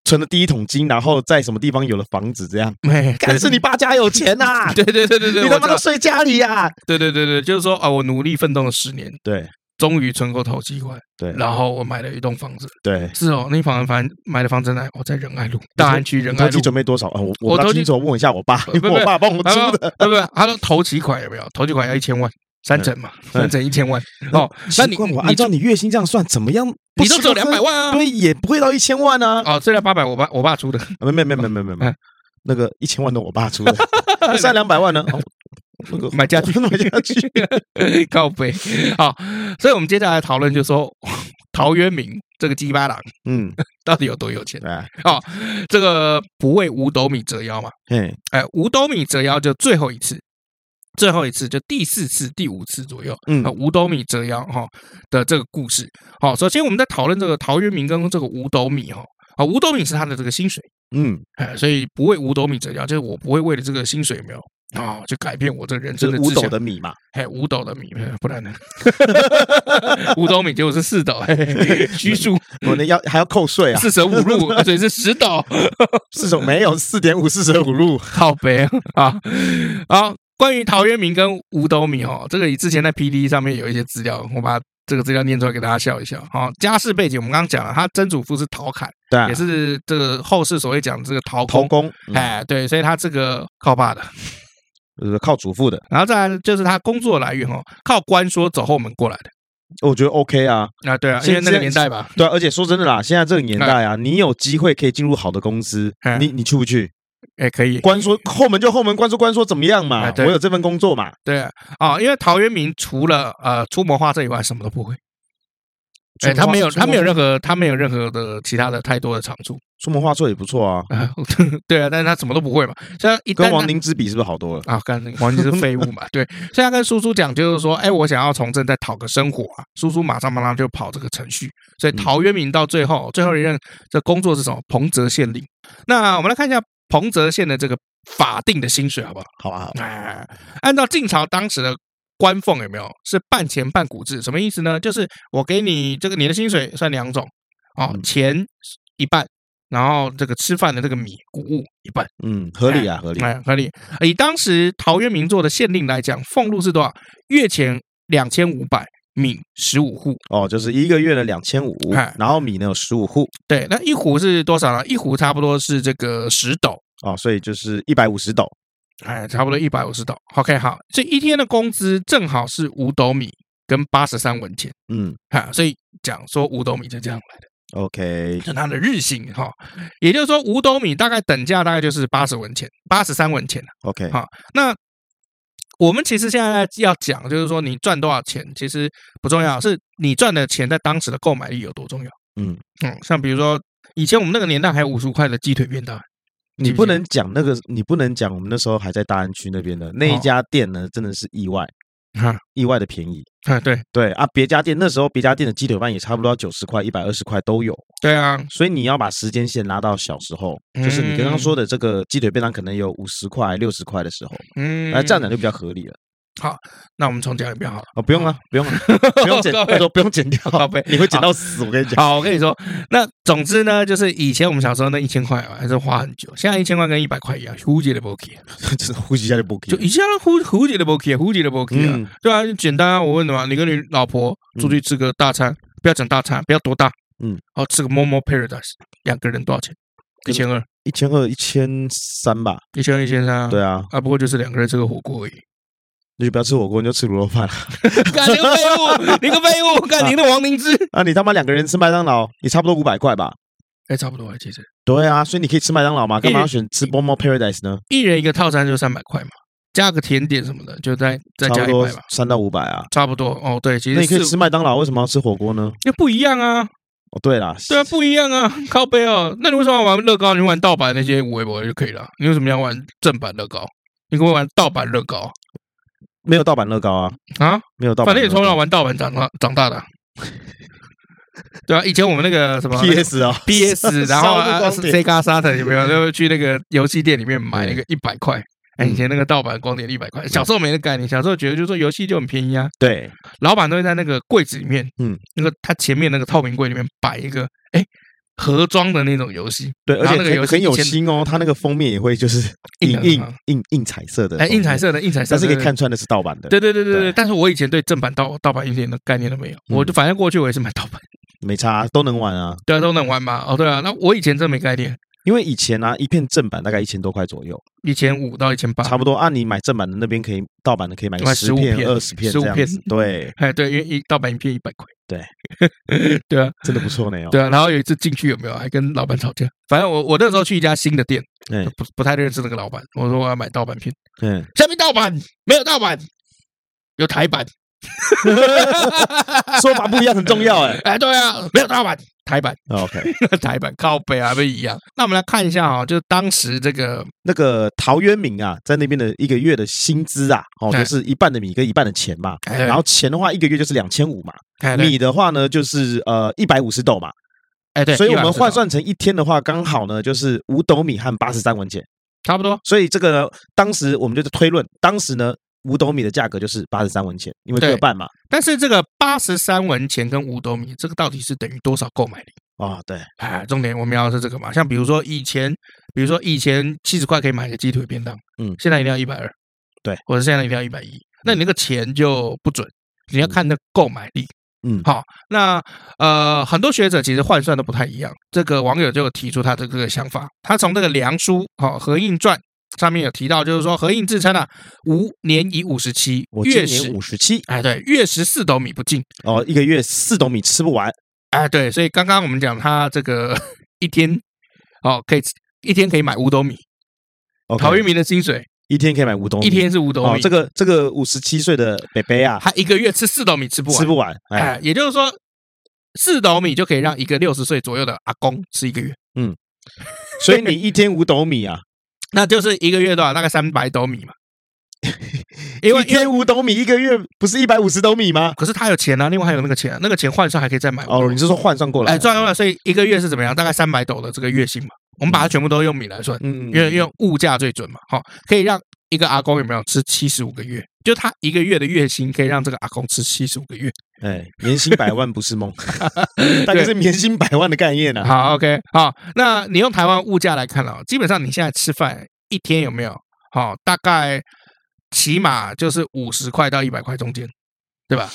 S2: 存了第一桶金，然后在什么地方有了房子，这样，
S1: 哎， [laughs]
S2: 但是你爸家有钱呐、
S1: 对对对对对，
S2: 你
S1: 我
S2: 他
S1: 知
S2: 妈
S1: 道
S2: 都，睡家里呀、
S1: 对对对对，就是说啊，我努力奋斗了十年，
S2: 对
S1: 终于存够投机款，
S2: 对
S1: 然后我买了一栋房子，
S2: 对，
S1: 是哦，那房房买的房子呢，我在仁爱路大安区仁
S2: 你
S1: 爱
S2: 投
S1: 路
S2: 机。准备多少啊？我
S1: 我
S2: 我
S1: 投
S2: 投
S1: 机
S2: 机准备问一下我爸，
S1: [laughs] 不
S2: 因为
S1: 不
S2: 我爸帮我
S1: 他说
S2: 出的。
S1: 不不，他说投期款有没有？投期款要一千万，三成嘛，
S2: 嗯
S1: 三成一千万。哦，那你
S2: 习惯我
S1: 你
S2: 按照你月薪这样算，怎么样？
S1: 你都只有两百
S2: 万、
S1: 万啊？
S2: 对，也不会到一千万啊！
S1: 哦，虽然八百我爸我爸出的， [laughs]
S2: 没没没没没没没
S1: 嗯，
S2: 那个一千万的我
S1: [laughs]
S2: 爸出的，那剩两百万呢？哦那个
S1: 买家具
S2: [laughs] 买家具，
S1: 靠背。好，所以我们接下来讨论就说陶渊明这个鸡巴狼
S2: 嗯，
S1: 到底有多有钱？
S2: 哎
S1: 这个不为五斗米折腰嘛？
S2: 嘿，
S1: 哎，五斗米折腰就最后一次，最后一次就第四次、第五次左右，
S2: 嗯
S1: 啊，五斗米折腰哈、的这个故事。好、首先我们在讨论这个陶渊明跟这个五斗米哈、啊，五斗米是他的这个薪水，
S2: 嗯，
S1: 哎，所以不为五斗米折腰，就是我不会为了这个薪水有没有啊、就改变我这个人
S2: 就
S1: 生
S2: 是
S1: 的
S2: 五
S1: 志
S2: 斗
S1: 向。
S2: 的米嘛，
S1: 嘿，五斗的米，呃不然呢？ [laughs] 五斗米结果是四斗，嘿嘿虚数
S2: 我哦那要还要扣税啊，
S1: 四舍五入，呃所以是十斗，
S2: 四种没有四点五四舍五入，
S1: 靠北啊！ [laughs] 好，关于陶渊明跟五斗米哦，这个之前在 P D 上面有一些资料，我把这个资料念出来给大家笑一笑。好，家世背景我们刚刚讲了，他曾祖父是陶侃，
S2: 对啊
S1: 也是这个后世所谓讲这个陶
S2: 头
S1: 公。
S2: 工，哎，
S1: 哎，对，所以他这个靠爸的，
S2: 呃靠祖父的，
S1: 然后再来就是他工作来源哦，靠官说走后门过来的
S2: 我觉得 OK 啊，
S1: 啊，对啊，因为那个年代吧，
S2: 对啊，而且说真的啦，现在这个年代啊，你有机会可以进入好的公司
S1: 哎，
S2: 你你去不去？
S1: 哎，可以，
S2: 官说后门就后门，官说官说怎么样
S1: 哎
S2: 嘛？我
S1: 对
S2: 有这份工作嘛，
S1: 对啊、哦，因为陶渊明除了呃出谋划策以外，什么都不会。哎，他没有，他没有任何，他没有任何的其他的太多的长处
S2: 出谋划策也不错啊，
S1: 啊。 [laughs] 对啊，但是他什么都不会嘛。所以他一旦
S2: 跟
S1: 他
S2: 王宁之比是不是好多了？
S1: 啊，干王宁是废物嘛。 [laughs] 对，所以他跟叔叔讲，就是说，哎，我想要从政，再讨个生活啊。叔叔马上马上就跑这个程序。所以陶渊明到最后，最后一任这工作是什么？彭泽县令。那我们来看一下彭泽县的这个法定的薪水好不好？
S2: 好吧，
S1: 哎，按照晋朝当时的官俸有没有是半钱半谷制？什么意思呢？就是我给你这个你的薪水算两种哦，
S2: 嗯
S1: 钱一半，然后这个吃饭的这个米谷物一半，
S2: 嗯，合理啊，合理，
S1: 哎，合理。以当时陶渊明做的县令来讲，俸禄是多少？月钱两千五百，米十五户。
S2: 哦，就是一个月的两千五
S1: 哎，
S2: 然后米呢有十五户，
S1: 对，那一壶是多少呢？一壶差不多是这个十斗，
S2: 哦，所以就是一百五十斗，
S1: 哎，差不多一百五十斗。OK，好，这一天的工资正好是五斗米跟八十三文钱。
S2: 嗯
S1: 哈，所以讲说五斗米就这样来的，
S2: ，OK，
S1: 就它的日薪哈，
S2: 嗯
S1: 也就是说五斗米大概等价大概就是八十文钱，八十三文钱
S2: OK，
S1: 哈。那我们其实现在要讲，就是说你赚多少钱其实不重要，是你赚的钱在当时的购买力有多重要。
S2: 嗯
S1: 嗯，像比如说以前我们那个年代还有五十块的鸡腿便当，
S2: 你不能讲那个，你不能讲我们那时候还在大安区那边的那一家店呢，真的是意外，
S1: 哦哈
S2: 意外的便宜。
S1: 啊，对
S2: 对啊，别家店那时候别家店的鸡腿饭也差不多要九十块、一百二十块都有，
S1: 对啊，
S2: 所以你要把时间线拉到小时候，就是你刚刚说的这个鸡腿便当可能有五十块、六十块的时候，
S1: 嗯，
S2: 那这样讲就比较合理了。
S1: 好，那我们重讲一遍好了。
S2: 哦，不用啊，不用 [laughs] 啊，不用剪，
S1: 靠背
S2: 拜托不用剪掉，
S1: 靠背
S2: 你会剪到死，我跟你讲。
S1: [laughs] 好，我跟你说，那总之呢，就是以前我们小时候那一千块啊还是花很久，现在一千块跟一百块一样，忽姐的 b o k
S2: 就是呼吸一下就不可
S1: 就
S2: 以。
S1: 一下忽忽姐的 b o k 忽姐的 b o k 啊
S2: 嗯，
S1: 对啊，就简单啊。我问你嘛，你跟你老婆出去吃个大餐，不要讲大餐，不要多大，
S2: 嗯，
S1: 哦，吃个 Momo Paradise，两个人多少钱？一
S2: 跟
S1: 千二，
S2: 一千二、一千三吧，
S1: 一千二，一千三啊。
S2: 对啊，
S1: 啊，不过就是两个人吃个火锅而已。 [laughs]
S2: 那就不要吃火锅，你就吃卤肉饭了。 [laughs]
S1: 干你个废物，你个废物，干你那王灵芝。
S2: 啊，你他妈两个人吃麦当劳，也差不多五百块吧？
S1: 哎，差不多啊，其实
S2: 对啊，所以你可以吃麦当劳嘛，干嘛要选吃 Momo Paradise 呢？
S1: 一人一个套餐就三百块嘛，加个甜点什么的，就再再
S2: 差
S1: 加
S2: 不
S1: 一
S2: 多
S1: 百吧。
S2: 三到五百啊。
S1: 差不多哦，对，其实
S2: 那你可以
S1: 是
S2: 吃麦当劳，为什么要吃火锅呢？
S1: 就不一样啊，
S2: 哦，对啦，
S1: 对啊，不一样
S2: [laughs]
S1: 啊，靠背哦。那你为什么要玩乐高？你玩盗版那些微博就可以了，你为什么要玩正版乐高？你可不可以玩盗版乐高
S2: 没有盗版乐高啊，
S1: 啊？
S2: 没有盗版
S1: 反
S2: 乐
S1: 正
S2: 高。
S1: 也从小玩盗版长大长大的
S2: [laughs]
S1: 啊、对啊，以前我们那个什么
S2: PS 啊 [laughs]
S1: PS，然后
S2: 烧
S1: 啊
S2: 录光碟嗯
S1: Sega Saturn 有没有？就去那个游戏店里面买那个一百块。哎，以前那个盗版光碟一百块，小时候没那概念，小时候觉得就是说游戏就很便宜啊，
S2: 对，
S1: 老板都会在那个柜子里面，嗯
S2: 嗯，
S1: 那个他前面那个透明柜里面摆一个，哎，盒装的那种游戏，
S2: 对，而
S1: 然后
S2: 且
S1: 那个游
S2: 很
S1: 戏
S2: 很有
S1: 以前
S2: 心哦，它那个封面也
S1: [laughs]
S2: 会就是
S1: 印
S2: 印
S1: 的
S2: 印
S1: 很好
S2: 印印彩色的，
S1: 哎，印彩，色的，印彩色
S2: 但
S1: 的，
S2: 是可以看穿的是盗版的，
S1: 对。对对对对对，
S2: 对
S1: 但是我以前对正版盗盗版一点的概念都没有，
S2: 嗯
S1: 我就反正过去我也是买盗
S2: [laughs]
S1: 版，
S2: 没差，都能玩啊。
S1: 对啊，都能玩嘛。哦，对啊，那我以前真没概念，
S2: 因为以前啊，一片正版大概一千多块左右，
S1: 一千五到一千八，
S2: 差不多。按、你买正版的那边可以，盗版的可以买
S1: 啊买15
S2: 个十片、
S1: 片
S2: 二十片
S1: 15
S2: 这样子
S1: 片。 [laughs]
S2: 对，
S1: 哎，对，因为一盗版一片一百块，
S2: 对
S1: [laughs] 对啊，
S2: 真的不错呢、哦。
S1: 对啊。然后有一次进去有没有还跟老板吵架？反正我我那时候去一家新的店，
S2: 哎
S1: 不不太认识那个老板，我说我要买盗版片。
S2: 嗯，
S1: 下面盗版没有盗版，有台 [laughs] 版。
S2: 说法不一样很重要哎、
S1: [laughs]
S2: 哦
S1: 哎，对啊，没有盗版，台版，
S2: OK，
S1: 台版靠北还不一样。那我们来看一下啊、就是当时这个
S2: 那个陶渊明啊，在那边的一个月的薪资啊，哦，
S1: 哎
S2: 就是一半的米跟一半的钱嘛。
S1: 哎
S2: 然后钱的话，一个月就是两千五嘛。
S1: 哎对
S2: 米的话呢，就是呃一百五十斗嘛。
S1: 哎对，
S2: 所以我
S1: 一百
S2: 们
S1: 五十
S2: 换
S1: 刀
S2: 算成一天的话，刚好呢就是五斗米和八十三文钱。
S1: 差不多，
S2: 所以这个呢，当时我们就是推论，当时呢五斗米的价格就是八十三文钱，因为
S1: 对
S2: 各半嘛。
S1: 但是这个八十三文钱跟五斗米，这个到底是等于多少购买力？
S2: 啊，对，
S1: 哎，重点我们要的是这个嘛，像比如说以前，比如说以前七十块可以买个鸡腿便当，
S2: 嗯
S1: 现在一定要一百二，
S2: 对，嗯
S1: 或者现在一定要一百一，那你那个钱就不准，你要看那购买力。
S2: 嗯
S1: 好，那呃，很多学者其实换算都不太一样。这个网友就有提出他的这个想法，他从这个《梁书》好、何应传》上面有提到，就是说何应自称啊，吾年已五十七
S2: 我，今
S1: 月十
S2: 年五十七
S1: 哎对，月十四斗米不进，
S2: 哦，一个月四斗米吃不完，
S1: 哎，对，所以刚刚我们讲他这个 [laughs] 一天哦，可以吃一天可以买五斗米，
S2: OK，
S1: 陶渊明的薪水
S2: 一天可以买五斗米，
S1: 一天是五斗
S2: 哦，
S1: 米，
S2: 这个这个五十七岁的北北啊，
S1: 他一个月吃四斗米吃不完，
S2: 吃不完，哎，
S1: 哎，也就是说四斗米就可以让一个六十岁左右的阿公吃一个月，
S2: 所以你一天五斗米啊，
S1: 那就是一个月多少？大概三百斗米嘛。因为
S2: 一
S1: 因为
S2: 天五斗米，一个月不是一百五十斗米吗？
S1: 可是他有钱啊，另外还有那个钱啊、那个钱换算还可以再买五斗
S2: 哦，
S1: 米
S2: 你是说换算过来？
S1: 哎，赚过来，所以一个月是怎么样？大概三百斗的这个月薪嘛，我们把它全部都用米来算，
S2: 嗯，嗯，
S1: 因为
S2: 嗯
S1: 用物价最准嘛，好，可以让一个阿公有没有吃七十五个月？就他一个月的月薪可以让这个阿公吃七十五个月。
S2: 哎，年薪百万不是梦，大概是年薪百万的概念啊。
S1: 好，OK，好，那你用台湾物价来看了、基本上你现在吃饭一天有没有？好、大概起码就是五十块到一百块中间，对吧？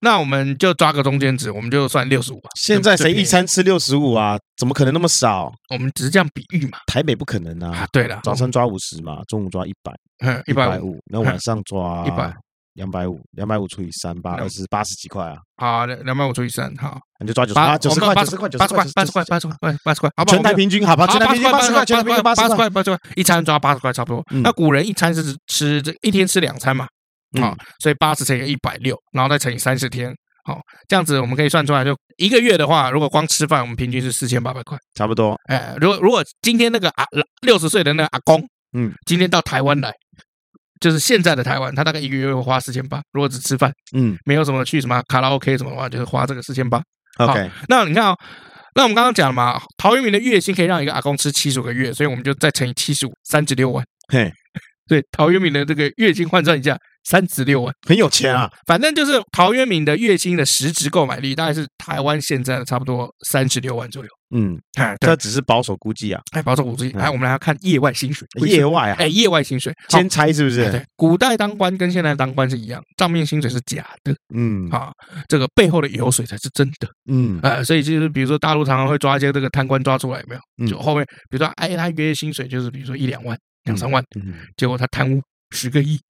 S1: 那我们就抓个中间值，我们就算六十五吧。
S2: 现在谁
S1: 最便宜
S2: 一？餐吃六十五啊？怎么可能那么少？
S1: 我们只是这样比喻嘛。
S2: 台北不可能
S1: 啊
S2: 啊，！
S1: 对了，
S2: 早餐抓五十嘛，中午抓一百，
S1: 嗯，一
S2: 一
S1: 百
S2: 百
S1: 五
S2: 五，那晚上抓
S1: 100，
S2: 两百五，两百五除以三八，
S1: 嗯
S2: 二十八十几块啊，
S1: 好，两两百五除以三，好，
S2: 你就抓九十
S1: 八
S2: 啊，九十
S1: 我们
S2: 块，
S1: 八
S2: 九
S1: 十
S2: 十块，九
S1: 八
S2: 十
S1: 十块，八十块，八
S2: 块，
S1: 十块，八十块，好吧，
S2: 全
S1: 我们
S2: 台平均，好吧，全台
S1: 啊八
S2: 平
S1: 十
S2: 均
S1: 块，
S2: 八十块，
S1: 八
S2: 全
S1: 十
S2: 台平
S1: 块，
S2: 均
S1: 八
S2: 八
S1: 十
S2: 十块，
S1: 块，八十块，一餐抓八十块差不多。
S2: 嗯
S1: 那古人一餐是吃这一天吃两餐嘛，啊、所以八十乘以一百六，然后再乘以三十天，好、这样子我们可以算出来，就一个月的话，如果光吃饭，我们平均是四千八百块。
S2: 差不多，
S1: 哎，如果如果今天那个阿六十岁的那个阿公，
S2: 嗯，
S1: 今天到台湾来，就是现在的台湾，他大概一个月会花四千八，如果只吃饭，
S2: 嗯
S1: 没有什么去什么卡拉 OK 什么的话，就是花这个四千八。
S2: ，OK，
S1: 那你看哦，那我们刚刚讲了嘛，陶渊明的月薪可以让一个阿公吃七十五个月，所以我们就再乘以七十五，三十六万。
S2: 嘿，
S1: 对，陶渊明的这个月薪换算一下，三十六万。嗯
S2: 很有钱啊，
S1: 反正就是陶渊明的月薪的实质购买力大概是台湾现在的差不多三十六万左右。
S2: 嗯，
S1: 哎，对
S2: 这，只是保守估计啊，
S1: 哎，保守估计，哎，我们来看业外薪水，
S2: 业外啊，
S1: 哎，业外薪水，好
S2: 兼差是不
S1: 哎
S2: 是？
S1: 对，古代当官跟现在当官是一样，账面薪水是假的
S2: 嗯
S1: 啊，这个背后的油水才是真的。
S2: 嗯
S1: 呃，所以就是比如说大陆常常会抓一些这个贪官抓出来，有没有？
S2: 嗯
S1: 就后面比如说，哎，他月薪水就是比如说一两万、两三万，
S2: 嗯，
S1: 结果他贪污十个亿。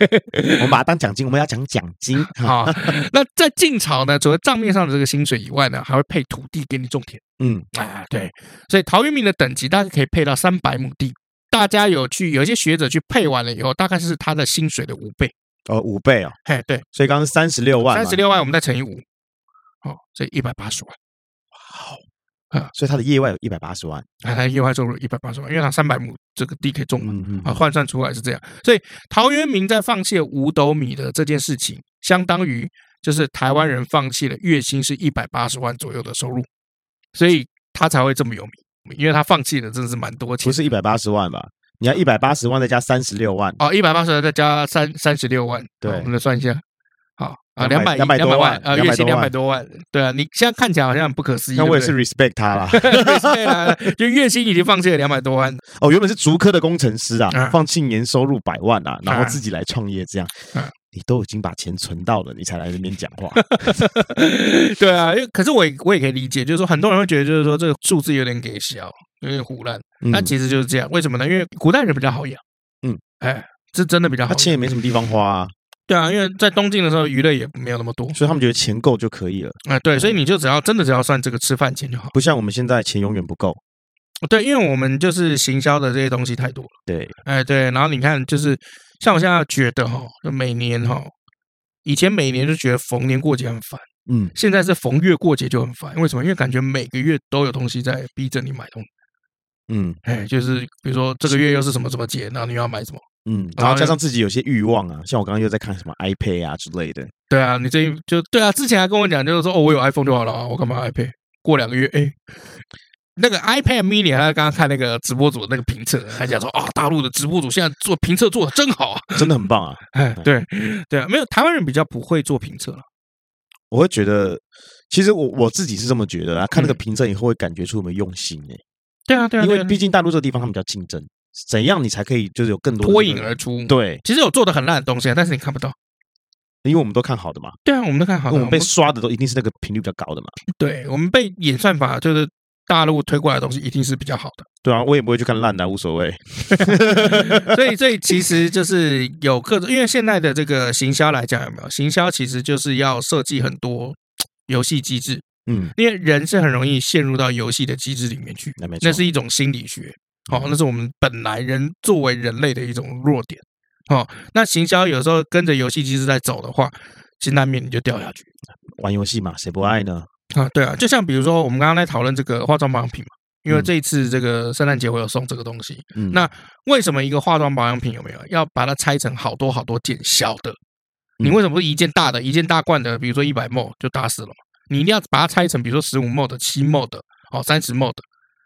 S2: 我们把它当奖金，我们要讲奖
S1: [laughs]
S2: 金哈，
S1: 好，
S2: [laughs]
S1: 啊那在晋朝呢，除了账面上的这个薪水以外呢，还会配土地给你种田
S2: 嗯
S1: 啊。对，所以陶渊明的等级大概可以配到三百亩地。大家有去有一些学者去配完了以后，大概是他的薪水的五倍。
S2: 哦五倍哦，
S1: 嘿，对，
S2: 所以刚刚三十六万，
S1: 三十，六万我们再乘以五，哦，所以一百八十万。
S2: 所以他的业外有一百八十万，
S1: 啊，他意外收入一百八十万，因为他三百亩这个地可以种嘛，
S2: 嗯
S1: 啊，换算出来是这样。所以陶渊明在放弃了五斗米的这件事情，相当于就是台湾人放弃了月薪是一百八十万左右的收入，所以他才会这么有名，因为他放弃了真的是蛮多钱
S2: 不。是一百八十万吧？你要一百八十万再加三十六万，
S1: 哦，一百八十万再加三三十六万，
S2: 对
S1: 好我们来算一下。好啊，两
S2: 200
S1: 百两
S2: 200多
S1: 万
S2: 万
S1: 啊，月薪两百
S2: 200
S1: 多万，对啊，你现在看起来好像很不可思议。
S2: 那我也是
S1: [laughs] 对
S2: respect 他啦。
S1: 不对对啊，就月薪已经放弃了两百多万，
S2: 哦，原本是竹科的工程师啊
S1: 嗯，
S2: 放弃年收入百万啊，然
S1: 啊
S2: 后自己来创业这样
S1: 嗯。
S2: 你都已经把钱存到了，你才来这边讲
S1: [laughs]
S2: 话。
S1: 对啊，因为可是我也我也可以理解，就是说很多人会觉得，就是说这个数字有点给小，有点胡乱，
S2: 嗯
S1: 那其实就是这样。为什么呢？因为古代人比较好养，
S2: 嗯，
S1: 哎，这真的比较好
S2: 他
S1: 养。
S2: 钱也没什么地方花啊，
S1: 对啊，因为在东晋的时候娱乐也没有那么多，
S2: 所以他们觉得钱够就可以了，
S1: 哎，对，
S2: 嗯
S1: 所以你就只要真的只要算这个吃饭钱就好。
S2: 不像我们现在钱永远不够。
S1: 对，因为我们就是行销的这些东西太多了，
S2: 对，
S1: 哎，对，然后你看就是像我现在觉得哈，就每年哈，以前每年就觉得逢年过节很烦，
S2: 嗯，
S1: 现在是逢月过节就很烦，为什么？因为感觉每个月都有东西在逼着你买东西。
S2: 嗯
S1: 哎，就是比如说这个月又是什么什么节，然后你又要买什么？
S2: 嗯，
S1: 然
S2: 然
S1: 后
S2: 后加上自己有些欲望啊，像我刚刚又在看什么 iPad 啊之类的，
S1: 对啊，你这就对啊，之前还跟我讲，就是说哦，我有 iPhone 就好了啊，我干嘛 iPad？过两个月，哎，那个 iPad mini，还刚刚看那个直播组那个评测，还讲说啊、大陆的直播组现在做评测做的真好啊。
S2: 真的很棒啊！
S1: [laughs] 哎，对对啊，没有台湾人比较不会做评测了。
S2: 我会觉得，其实我我自己是这么觉得啊，看那个评测以后会感觉出有没有用心诶、
S1: 对嗯啊，对啊，
S2: 因
S1: 对
S2: 为
S1: 啊
S2: 毕竟大陆这个地方他们比较竞争，怎样你才可以就是有更多的
S1: 脱
S2: 这
S1: 颖
S2: 个
S1: 而出。，
S2: 对，
S1: 其实有做的很烂的东西啊，但是你看不到。
S2: 因为我们都看好的嘛，
S1: 对啊，我们都看好
S2: 因
S1: 了，
S2: 为我们被刷的都一定是那个频率比较高的嘛，
S1: 对我们被演算法就是大陆推过来的东西一定是比较好的。
S2: 对啊，我也不会去看烂的啊、无所谓。
S1: 所以，所以其实就是有各种，因为现在的这个行销来讲，有没有行销其实就是要设计很多游戏机制，
S2: 嗯，
S1: 因为人是很容易陷入到游戏的机制里面去，
S2: 那没错，嗯
S1: 那是一种心理学。好、那是我们本来人作为人类的一种弱点。好、那行销有时候跟着游戏机制在走的话，其实难免你就掉下去
S2: 玩游戏嘛，谁不爱呢？
S1: 啊。对啊，就像比如说我们刚刚在讨论这个化妆保养品嘛，因为
S2: 嗯
S1: 这一次这个圣诞节我有送这个东西，
S2: 嗯，
S1: 那为什么一个化妆保养品有没有要把它拆成好多好多件小的？
S2: 嗯
S1: 你为什么不是一件大的，一件大罐的，比如说一百 ml 就打死了嘛？你一定要把它拆成，比如说十五 ml 的、七 ml 的、哦三十 ml 的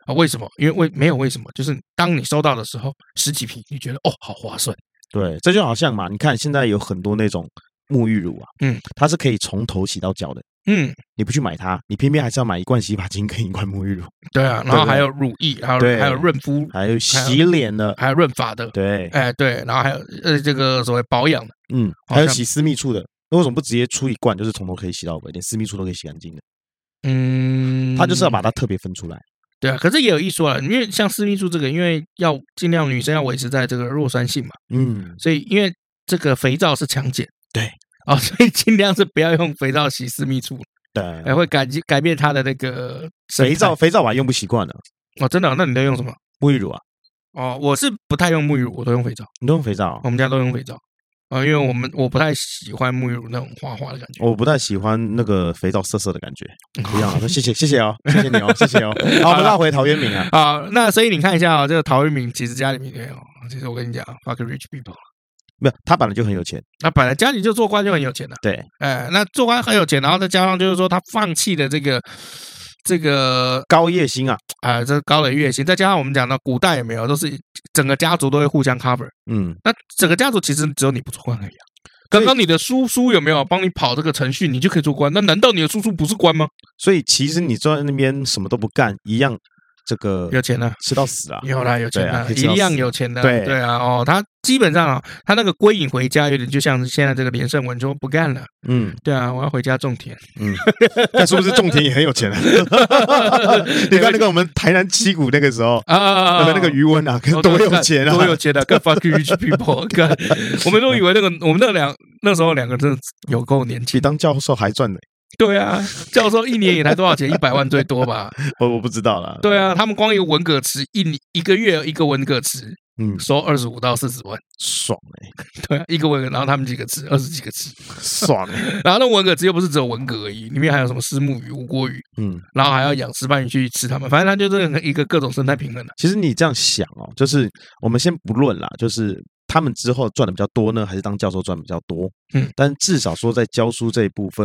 S1: 啊？为什么？因为为没有为什么，就是当你收到的时候，十几瓶，你觉得哦好划算，
S2: 对，这就好像嘛，你看现在有很多那种沐浴乳啊，
S1: 嗯，
S2: 它是可以从头洗到脚的，
S1: 嗯，
S2: 你不去买它，你偏偏还是要买一罐洗发精跟一罐沐浴乳，
S1: 对啊，然
S2: 对
S1: 后
S2: 不对
S1: 还有乳液，还有
S2: 对
S1: 还有润肤，
S2: 还有洗脸的，
S1: 还有润发的，
S2: 对，
S1: 哎对，然后还有呃这个所谓保养的，
S2: 嗯，
S1: 好
S2: 还有
S1: 像
S2: 洗私密处的。那为什么不直接出一罐，就是从头可以洗到尾，连私密处都可以洗干净的？
S1: 嗯，
S2: 它就是要把它特别分出来。
S1: 对啊，可是也有一说啊，因为像私密处这个，因为要尽量女生要维持在这个弱酸性嘛，
S2: 嗯，
S1: 所以因为这个肥皂是强碱，
S2: 对
S1: 哦，所以尽量是不要用肥皂洗私密处，
S2: 对，
S1: 哎，会改改变它的那个生态
S2: 肥皂肥皂我还用不习惯了，
S1: 哦，真的哦、那你都用什么？
S2: 沐浴乳啊，
S1: 哦，我是不太用沐浴乳，我都用肥皂，
S2: 你都用肥皂啊？
S1: 我们家都用肥皂啊、因为我们我不太喜欢沐浴乳那种滑滑的感觉。
S2: 我不太喜欢那个肥皂涩涩的感觉，不一样啊。说谢谢谢谢哦，谢谢你哦，谢谢
S1: [laughs]
S2: 哦。好，我们绕回陶渊明啊，
S1: 啊、那所以你看一下啊、这个陶渊明其实家里面哦，其实我跟你讲，fuck rich people，
S2: 没有，他本来就很有钱，
S1: 那本来家里就做官就很有钱的、
S2: 对，
S1: 哎，那做官很有钱，然后再加上就是说他放弃了这个这个
S2: 高叶星啊，
S1: 啊，这高的月薪，再加上我们讲的古代有没有，都是整个家族都会互相 cover。
S2: 嗯，
S1: 那整个家族其实只有你不做官而已、啊。刚刚你的叔叔有没有帮你跑这个程序，你就可以做官？那难道你的叔叔不是官吗？
S2: 所以其实你坐在那边什么都不干，一样这个
S1: 嗯有钱啊，
S2: 吃到死啊。
S1: 有啦，有钱
S2: 对啊可以知道
S1: 一样有钱的，
S2: 对
S1: 对啊，哦，他基本上啊，他那个归隐回家，有点就像现在这个连胜文说不干了， [laughs]
S2: 嗯
S1: 对啊，我要回家种田，
S2: 嗯，但是不是种田也很有钱啊？ [laughs] 你看那个我们台南七股那个时候，
S1: 啊
S2: 那个那个余文啊，
S1: 哦
S2: [laughs] 多
S1: 对
S2: 有钱啊，
S1: 多有钱的，干 fuck you rich people，干，
S2: [laughs]
S1: 我们都以为那个我们那两那时候两个真的有够年轻，
S2: 比当教授还赚呢。
S1: 对啊，教授一年也才多少钱？一百万最多吧？
S2: 我我不知道啦。
S1: 对啊，他们光一个文革池一年一个月一个文革池
S2: 嗯，
S1: 收二十五到四十万，
S2: 爽哎，
S1: [laughs] 对啊，一个文革，然后他们几个池二十几个池，
S2: 爽哎，
S1: 然后那文革池又不是只有文革而已，里面还有什么石目鱼、无锅鱼，
S2: 嗯。
S1: 然后还要养石斑鱼去吃它们，反正它就是一个各种生态平衡啊的、
S2: 其实你这样想哦，就是我们先不论啦，就是他们之后赚的比较多呢，还是当教授赚得比较多？
S1: 嗯，
S2: 但至少说在教书这一部分，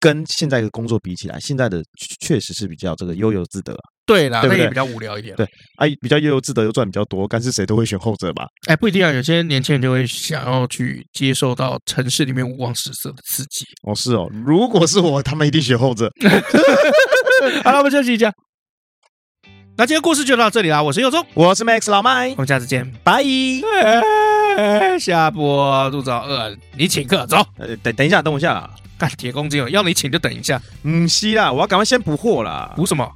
S2: 跟现在的工作比起来，现在的确确实是比较这个悠游自得啊，
S1: 对啦，
S2: 对不
S1: 那也
S2: 对
S1: 比较无聊一点。
S2: 对啊比较悠游自得又赚比较多，但是谁都会选后者吧？
S1: 哎，不一定啊，有些年轻人就会想要去接受到城市里面五光十色的刺激。
S2: 哦，是哦，如果是我，他们一定选后者。
S1: [laughs] 好了，我们休息一下。那今天故事就到这里啦，我是佑宗，
S2: 我是 Max 老麦
S1: 我，们下次见。
S2: 拜。
S1: 哎下播肚子好饿，你请客走。
S2: 呃，等等一下，等我一下啦。
S1: 干铁公鸡哦，要你请就等一下，
S2: 嗯，是啦，我要赶快先补货啦。
S1: 补什么？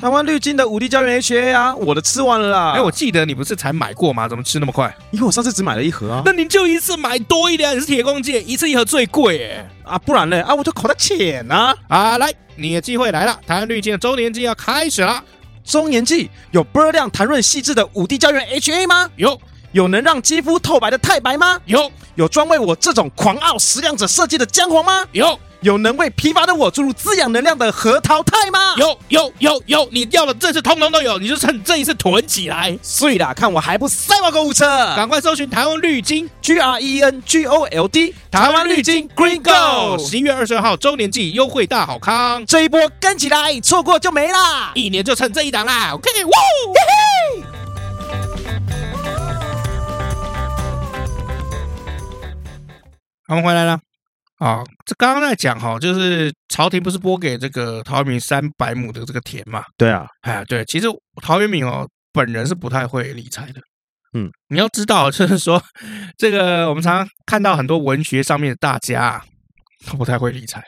S2: 台湾绿金的五 D 胶原 HA 啊，我的吃完了啦。
S1: 哎，我记得你不是才买过吗？怎么吃那么快？
S2: 因为我上次只买了一盒啊。
S1: 啊那你就一次买多一点啊，你是铁公鸡，一次一盒最贵哎。
S2: 啊，不然呢？啊，我就口袋浅啊。
S1: 啊，来，你的机会来了，台湾绿金的周年庆要开始了。
S2: 中年季有波量弹润细致的五 D 胶原 HA 吗？
S1: 有
S2: 有能让肌肤透白的太白吗？
S1: 有
S2: 有专为我这种狂傲食量者设计的姜黄吗？
S1: 有
S2: 有能为疲乏的我注入滋养能量的核桃肽吗？
S1: [laughs] 有有有有，你要的这次通通都有，你就趁这一次囤起来，
S2: 碎啦，看我还不塞爆购物车
S1: 赶快搜寻台湾绿金。
S2: ！G R E N G O L D 台湾绿金 Green
S1: Go！
S2: Go，
S1: 十一月二十二号周年季优惠大好康，
S2: 这一波跟起来，错过就没啦！
S1: 一年就趁这一档啦！OK，哇！我们回来了。啊，这刚刚在讲哈，就是朝廷不是拨给这个陶渊明三百亩的这个田嘛？
S2: 对啊，
S1: 哎，对，其实陶渊明哦，本人是不太会理财的。
S2: 嗯，
S1: 你要知道，就是说，这个我们常常看到很多文学上面的大家啊，他不太会理财。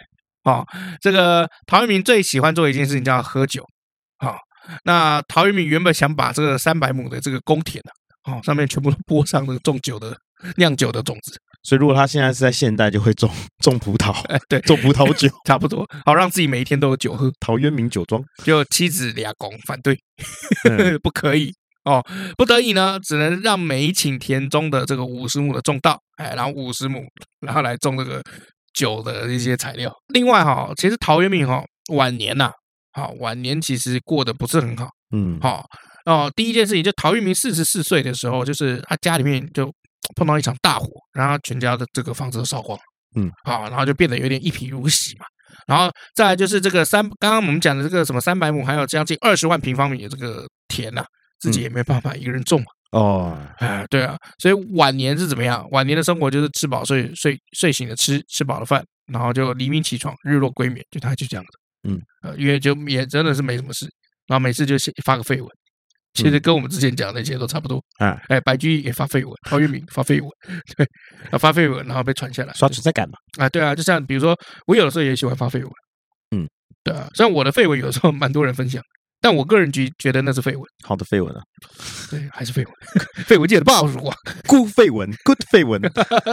S1: 哦，这个陶渊明最喜欢做一件事情叫喝酒。哦，那陶渊明原本想把这个三百亩的这个公田呢、啊，哦，上面全部都播上这个种酒的酿酒的种子，
S2: 所以如果他现在是在现代，就会种 [laughs] 种葡萄，
S1: 哎， [laughs] 对，
S2: 种葡萄酒， [laughs]
S1: 差不多，好让自己每一天都有酒喝。
S2: 陶渊明
S1: [laughs]
S2: 酒庄。
S1: 就妻子俩拱反对，
S2: 嗯
S1: 不可以哦，不得已呢，只能让每一顷田中的这个五十亩的种稻，哎，然后五十亩，然后来种这个酒的一些材料。另外哈、其实陶渊明哈、晚年呐、好、晚年其实过得不是很好，
S2: 嗯，
S1: 好、哦，第一件事情就陶渊明四十四岁的时候，就是他家里面就碰到一场大火，然后全家的这个房子都烧光了，
S2: 嗯，
S1: 好、然后就变得有点一贫如洗嘛。然后再来就是这个三，刚刚我们讲的这个什么三百亩，还有将近二十万平方米的这个田呐、自
S2: 嗯
S1: 己也没办法一个人种嘛，
S2: 哦，
S1: 哎，对啊，所以晚年是怎么样？晚年的生活就是吃饱睡睡睡醒了吃，吃饱了饭，然后就黎明起床，日落归眠，就他就这样子。
S2: 嗯，
S1: 呃，因为就也真的是没什么事，然后每次就写发个绯闻，其实跟我们之前讲的那些都差不多。
S2: 嗯哎，
S1: 哎，白居易也发绯闻，陶渊明发绯闻， [laughs] 对，啊发绯闻，然后被传下来。
S2: 刷存在感嘛。
S1: 啊，对啊，就像比如说，我有的时候也喜欢发绯闻，
S2: 嗯，
S1: 对啊，虽然我的绯闻有的时候蛮多人分享，但我个人觉觉得那是绯闻，
S2: 好的绯闻啊，
S1: 对，还是绯 [laughs] 闻，绯闻界的霸主啊。
S2: 孤绯闻，good 绯闻。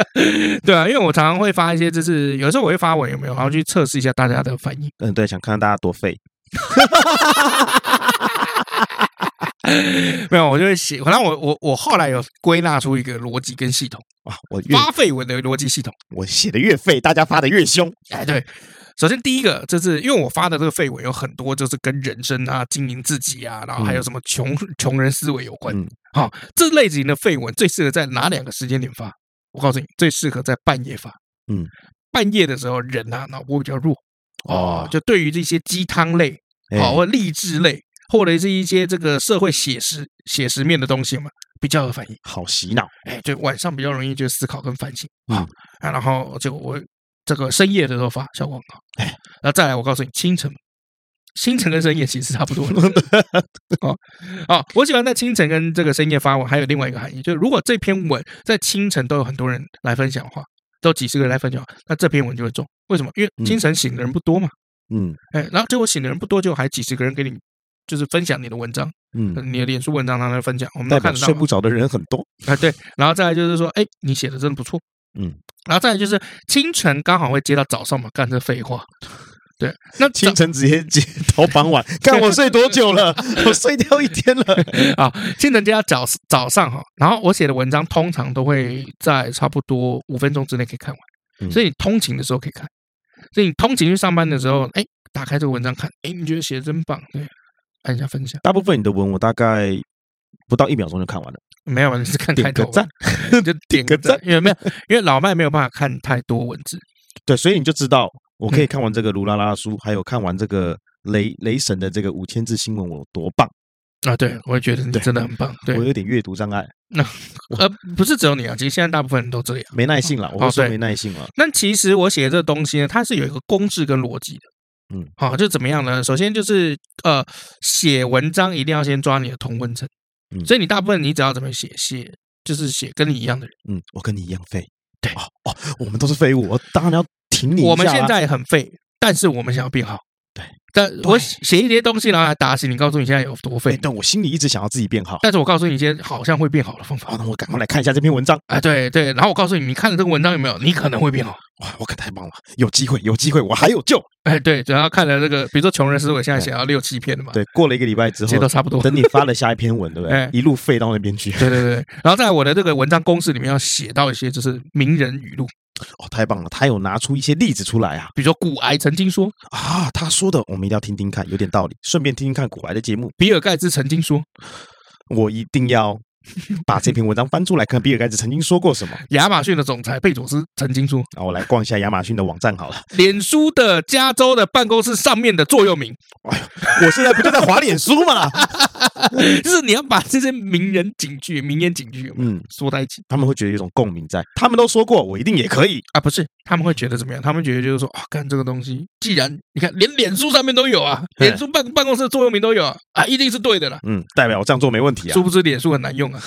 S1: [laughs] 对啊，因为我常常会发一些，就是有时候我会发文有没有，然后去测试一下大家的反应。
S2: [laughs] 嗯，对，想看看大家多废。
S1: 没有，我就会写。反正我我我后来有归纳出一个逻辑跟系统，
S2: 哇，我越
S1: 发废文的逻辑系统。
S2: 我写的越废，大家发的越凶。
S1: 哎，对，首先第一个就是因为我发的这个废文有很多就是跟人生啊、经营自己啊，然后还有什么穷穷人思维有关
S2: 嗯。
S1: 好、这类型的废文最适合在哪两个时间点发？我告诉你，最适合在半夜发。
S2: 嗯，
S1: 半夜的时候人啊脑波比较弱
S2: 哦
S1: 就对于这些鸡汤类
S2: 哎
S1: 好，或励志类，或者是一些这个社会写实写实面的东西嘛，比较有反应。
S2: 好洗脑，
S1: 哎，就晚上比较容易就思考跟反省
S2: 嗯
S1: 啊、啊，然后就我这个深夜的时候发效果很好，
S2: 哎
S1: 哎，然后再来我告诉你清晨。清晨跟深夜其实差不多了
S2: [laughs]
S1: 哦哦，我喜欢在清晨跟这个深夜发文，还有另外一个含义，就是如果这篇文在清晨都有很多人来分享的话，都有几十个人来分享的话，那这篇文就会中。为什么？因为清晨醒的人不多嘛，
S2: 嗯
S1: 哎，然后结果醒的人不多，就还几十个人给你就是分享你的文章，
S2: 嗯，
S1: 你的脸书文章他们分享，我们
S2: 代
S1: 都
S2: 表
S1: 看得到
S2: 睡
S1: 嘛。
S2: 不着的人很多，
S1: 啊，对，然后再来就是说，哎，你写的真的不错，
S2: 嗯，
S1: 然后再来就是清晨刚好会接到早上嘛，干这废
S2: [laughs]
S1: 话，对，那早
S2: 清晨直接接到傍 [laughs] 晚，看我睡多久 [laughs] 了，我睡掉一天了，
S1: 啊，清晨接到早早上哈，然后我写的文章通常都会在差不多五分钟之内可以看
S2: 嗯
S1: 完，所以你通勤的时候可以看，所以你通勤去上班的时候，哎，打开这个文章看，哎，你觉得写的真棒，对，按一下分享，
S2: 大部分你的文我大概不到一秒钟就看 [laughs] 完了，
S1: 没有，你是看开
S2: 点个
S1: 头啊吧
S2: 赞，，
S1: 就点个
S2: 个赞
S1: 赞，因为没有，因为老麦没有办法看太多文字，
S2: 对，所以你就知道我可以看完这个卢拉拉的书，还有看完这个雷雷神的这个五千字新闻，我有多棒，
S1: 啊，对，我也觉得你
S2: 对
S1: 真的很棒，对
S2: 我，有点阅读障碍，
S1: 呃，不是只有你啊，其实现在大部分人都这样。
S2: 没耐性了，我会
S1: 哦
S2: 说
S1: 对
S2: 没耐性了，
S1: 那其实我写的这东西呢，它是有一个公式跟逻辑的。
S2: 嗯，
S1: 好、就怎么样呢？首先就是呃，写文章一定要先抓你的同温层，
S2: 嗯
S1: 所以你大部分你只要怎么写写，就是写跟你一样的人。
S2: 嗯，我跟你一样废，对，哦哦，我们都是废物，我当然要挺你一下啊，
S1: 我们现在很废，但是我们想要变好。
S2: 对，
S1: 但我写一些东西，然后来打醒你，告诉你现在有多
S2: 哎，
S1: 废。
S2: 但我心里一直想要自己变好。
S1: 但是我告诉你一些好像会变好的方法
S2: 好，。那我赶快来看一下这篇文章。
S1: 哎，对对，然后我告诉你，你看了这个文章有没有？你可能会变好。
S2: 哇，我可太棒了，有机会，有机会，我还有救。
S1: 哎，对，只要看了这个，比如说《穷人思维》，现在写到六七篇了嘛，
S2: 对，过了一个礼拜之
S1: 其实
S2: 后
S1: 都，差不多。
S2: 等你发了下一篇文，对不对
S1: 哎？
S2: 一路废到那边去。
S1: 对对对，然后在我的这个文章公式里面要写到一些就是名人语录，
S2: 哦，太棒了，他有拿出一些例子出来啊
S1: 比如说古癌曾经说，
S2: 啊，他说的我们一定要听听看，有点道理。顺便听听看古来的节目，
S1: 比尔盖茨曾经说，
S2: 我一定要把这篇文章翻出来看。比尔盖茨曾经说过什么？
S1: 亚马逊的总裁贝佐斯曾经说，
S2: 啊，我来逛一下亚马逊的网站好了。
S1: 脸书的加州的办公室上面的座右铭，
S2: 我现在不就在滑脸书嘛？
S1: 就是你要把这些名人警句、名言警句有没有
S2: 嗯，
S1: 说在一起
S2: 他们会觉得有一种共鸣在，他们都说过，我一定也可以。
S1: 啊，不是他们会觉得怎么样？他们觉得就是说啊，干这个东西，既然你看连脸书上面都有啊，
S2: [laughs] 对
S1: 脸书办办公室的座右铭都有啊，啊一定是对的啦。
S2: 嗯，代表我这样做没问题啊
S1: 殊。不知脸书很难用啊。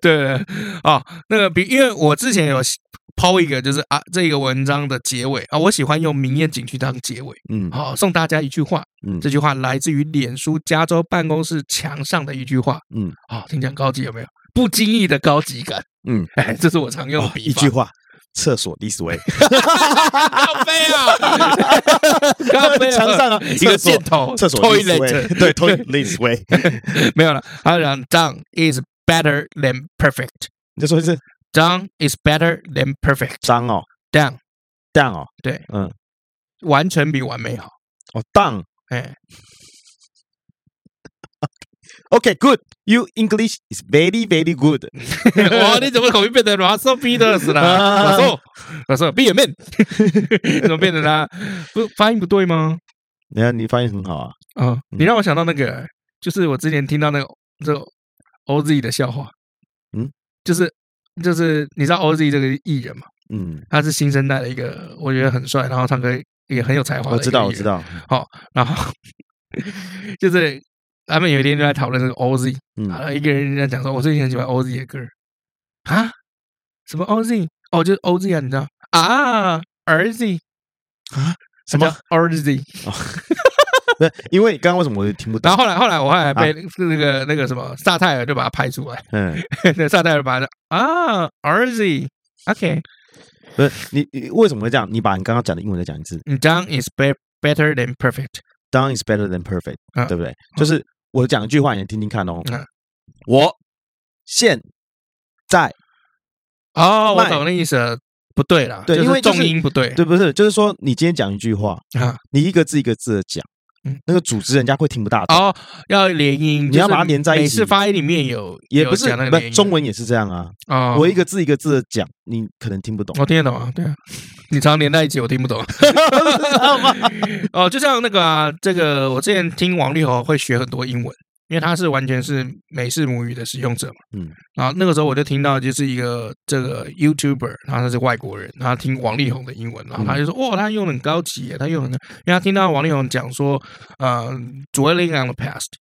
S1: 对啊、哦，那个比因为我之前有抛一个，就是啊这个文章的结尾啊，我喜欢用名言警句当结尾。
S2: 嗯
S1: 好、送大家一句话，
S2: 嗯
S1: 这句话来自于脸书加州办公室墙上的一句话。
S2: 嗯，
S1: 好、听起来很高级有没有？不经意的高级感，
S2: 嗯，
S1: 哎，这是我常用的
S2: 哦
S1: 笔
S2: 一
S1: 法。
S2: 句话，厕所第四位。
S1: 咖啡 [laughs] 啊，咖啡
S2: 墙上
S1: [laughs]
S2: 啊，
S1: 一个
S2: 厕所
S1: 箭头
S2: 厕所
S1: toilet，
S2: 对 toilet 位，
S1: 没有了。他讲 done is better than perfect。
S2: 你再说一次
S1: Done is better than perfect.
S2: 脏哦
S1: Done
S2: ，down 哦，
S1: 对，
S2: 嗯，
S1: 完成比完美好。
S2: 哦 down。
S1: 哎，
S2: OK, good. You English is very, very good.
S1: [laughs] 哇，你怎么口音变得 Russell Peters 啦
S2: 啊
S1: ？Russell Russell 闭眼 [laughs] 面，怎么变成啦？不发音不对吗？
S2: 你看，你发音很好啊。
S1: 啊，
S2: 嗯
S1: 你让我想到那个，就是我之前听到那个这个 OZ 的笑话，
S2: 嗯，
S1: 就是就是你知道 OZ 这个艺人嘛，
S2: 嗯，
S1: 他是新生代的一个，我觉得很帅，然后唱歌也很有才华。
S2: 我知道，我知。道。
S1: 然后 [laughs] 就是他们有一天就在讨论这个 OZ，
S2: 嗯
S1: 啊，一个人在讲说，我最近很喜欢 OZ 的歌儿啊，什么 OZ？哦，就是 OZ 啊，你知道啊，RZ
S2: 啊什么？
S1: RZ？
S2: 不是，因为刚刚为什么我也听不
S1: 然
S2: 到？
S1: 后后来后来我后
S2: 啊
S1: 来被那个那个什么萨泰尔就把它拍 [laughs] 出来，
S2: 嗯，
S1: 对，萨泰尔把它啊 RZ。OK，
S2: 不是你你为什么会这样？你把你刚刚讲的英文再讲一次。
S1: 你 done is be- better than perfect。
S2: Down is better than perfect，
S1: 啊
S2: 对不对？就是我讲一句话，你听听看哦
S1: 嗯。
S2: 我现在
S1: 哦，我
S2: 卖
S1: 懂那意思了，不对啦，
S2: 对
S1: 就
S2: 因为
S1: 是
S2: 就
S1: 重
S2: 是
S1: 音不对
S2: 对不是，就是说你今天讲一句话，
S1: 啊
S2: 你一个字一个字的讲，
S1: 嗯
S2: 那个组织人家会听不大懂，
S1: 哦，要联姻，
S2: 你要
S1: 就是
S2: 把它连在一起
S1: 每次发音里面有
S2: 也
S1: 有
S2: 不是
S1: 讲那个
S2: 不
S1: 联
S2: 是
S1: 姻
S2: 中文也是这样啊，
S1: 哦，
S2: 我一个字一个字的讲，你可能听不懂。
S1: 我听得懂啊，对啊，你常连在一起，我听不
S2: [laughs]
S1: 懂。哦，就像那个啊，这个我之前听王力宏会学很多英文，因为他是完全是美式母语的使用者嘛。
S2: 嗯，
S1: 然后那个时候我就听到就是一个这个 YouTuber，然后他是外国人，然后听王力宏的英文，然后他就说，
S2: 嗯
S1: 哇、哦，他用得很高级耶，他用得很，因为他听到王力宏讲说，呃，dwelling on the past。
S2: 嗯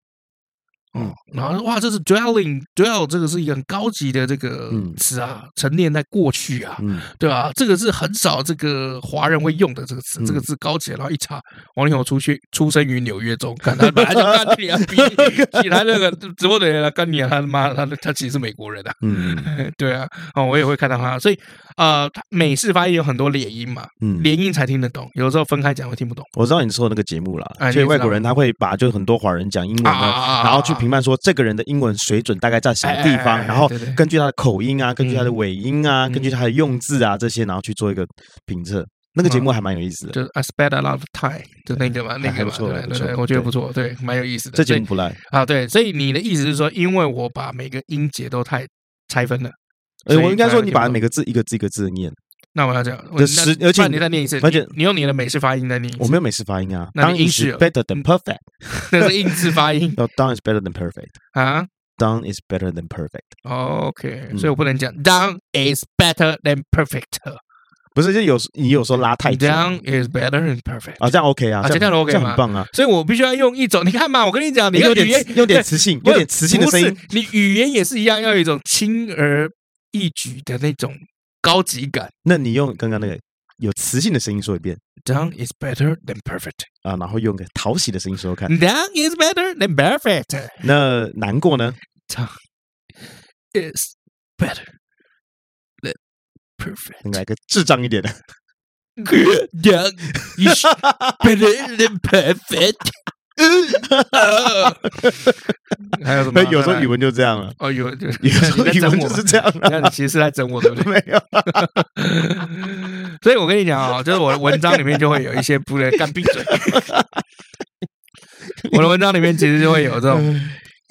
S1: 嗯，然后哇，这是 dwelling，dwell 这个是一个很高级的这个
S2: 嗯
S1: 词啊，沉淀在过去啊，
S2: 嗯，
S1: 对啊，这个是很少这个华人会用的这个词，
S2: 嗯
S1: 这个字高级。然后一查，王力宏出去出生于纽约州，看他本来就干你啊，比比他那个直播的人来干你啊，他妈他他其实是美国人啊， [laughs]
S2: 嗯
S1: 对啊，哦，我也会看到他，所以呃，他美式发音有很多连音嘛，
S2: 嗯，
S1: 连音才听得懂，有时候分开讲会听不懂
S2: 我知道你说的那个节目啦
S1: 哎，
S2: 所以
S1: 你也知道
S2: 外国人他会把就很多华人讲英文啊，
S1: 啊
S2: 然后去评判说这个人的英文水准大概在什么地
S1: 哎哎哎
S2: 方，
S1: 哎
S2: 然后
S1: 对对
S2: 根据他的口音啊，根据他的尾音啊，
S1: 嗯
S2: 根据他的用字啊这些，然后去做一个评测。那个节目
S1: 嗯
S2: 还蛮有意思的，
S1: 就是 I spent a lot of time，就那个嘛，那
S2: 哎还
S1: 个
S2: 不
S1: 嘛，
S2: 错
S1: 对
S2: 还不
S1: 对
S2: 错
S1: 对，我觉得不错，对，蛮有意思的。
S2: 这
S1: 所
S2: 节
S1: 以
S2: 目不赖。
S1: 啊，对，所以你的意思是说，因为我把每个音节都太拆分了，所
S2: 呃，
S1: 以嗯
S2: 我应该
S1: 大家
S2: 说
S1: 都
S2: 你
S1: 听不
S2: 把
S1: 懂
S2: 每个字一个字一个字念，
S1: 那我要讲，我
S2: 这
S1: 那
S2: 十
S1: 不
S2: 而且
S1: 然
S2: 你
S1: 你再念一次，
S2: 而且
S1: 你你用你的美式发音再念一次，
S2: 我没有美式发音啊。
S1: 那
S2: Done
S1: 你嗯英
S2: is
S1: 式有
S2: better than perfect，
S1: 那是英式发
S2: [laughs]
S1: 音
S2: 哦，Done is better than perfect。
S1: 啊。
S2: Done is better than perfect，
S1: OK，
S2: 嗯
S1: 所以我不能讲 down is better than perfect，
S2: 不是就有时你有时候拉太久
S1: down is better than perfect。
S2: 啊，这样 OK 啊，
S1: 啊
S2: 这
S1: 这样
S2: 样
S1: OK
S2: 这样
S1: 吗
S2: 很棒啊，
S1: 所以我必须要用一种，你看嘛，我跟你讲，你
S2: 有
S1: 看
S2: 哎点
S1: 语言
S2: 磁有点磁性，有点磁性的声音
S1: 不，是你语言也是一样，要有一种轻而易举的那种高级感。
S2: 那你用刚刚那个有磁性的声音说一遍
S1: Down is better than perfect.
S2: 啊，然后用个讨喜的声音说说看。
S1: Down is better than perfect.
S2: [laughs] 那难过呢？
S1: Is better than perfect. [laughs]
S2: 你来个智障一点的，
S1: Down is better than [laughs] perfect. 还有什么？
S2: 呃有时候
S1: [laughs]
S2: 语文就这样了，
S1: 哦，有有
S2: 有时候语文就
S1: 我
S2: 是这样了。
S1: 那你其实是在整我，对不对？
S2: [laughs] 没有，
S1: [laughs] 所以我跟你讲啊、就是我的文章里面就会有一些不能干闭嘴。 [laughs] 我的文章里面其实就会有这种，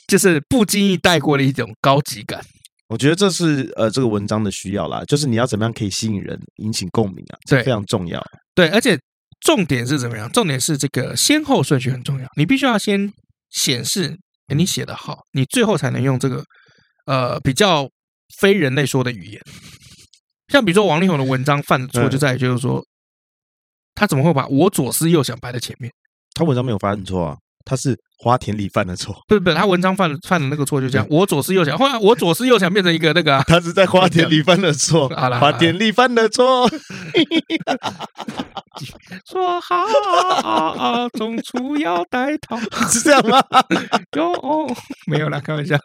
S1: 就是不经意带过的一种高级感。
S2: 我觉得这是呃这个文章的需要啦，就是你要怎么样可以吸引人、引起共鸣啊，这
S1: 对
S2: 非常重要。
S1: 对，而且重点是怎么样？重点是这个先后顺序很重要，你必须要先显示诶你写的好，你最后才能用这个呃比较非人类说的语言。像比如说王力宏的文章犯的错
S2: 嗯
S1: 就在于就是说，他怎么会把我左思右想摆在前面？
S2: 他文章没有犯错啊，他是花田里犯的错， [laughs]、
S1: 不是不是，他文章犯了犯了那个错就这样，我左思右想，后来我左思右想变成一个那个、啊
S2: 他是在花田里犯的错，
S1: [laughs] 好啦
S2: 花田里犯的错。 [laughs]
S1: 说好啊啊，总出要带头
S2: 是这样
S1: [laughs]
S2: 吗？
S1: 哟哦， [laughs] 没有啦，开玩笑，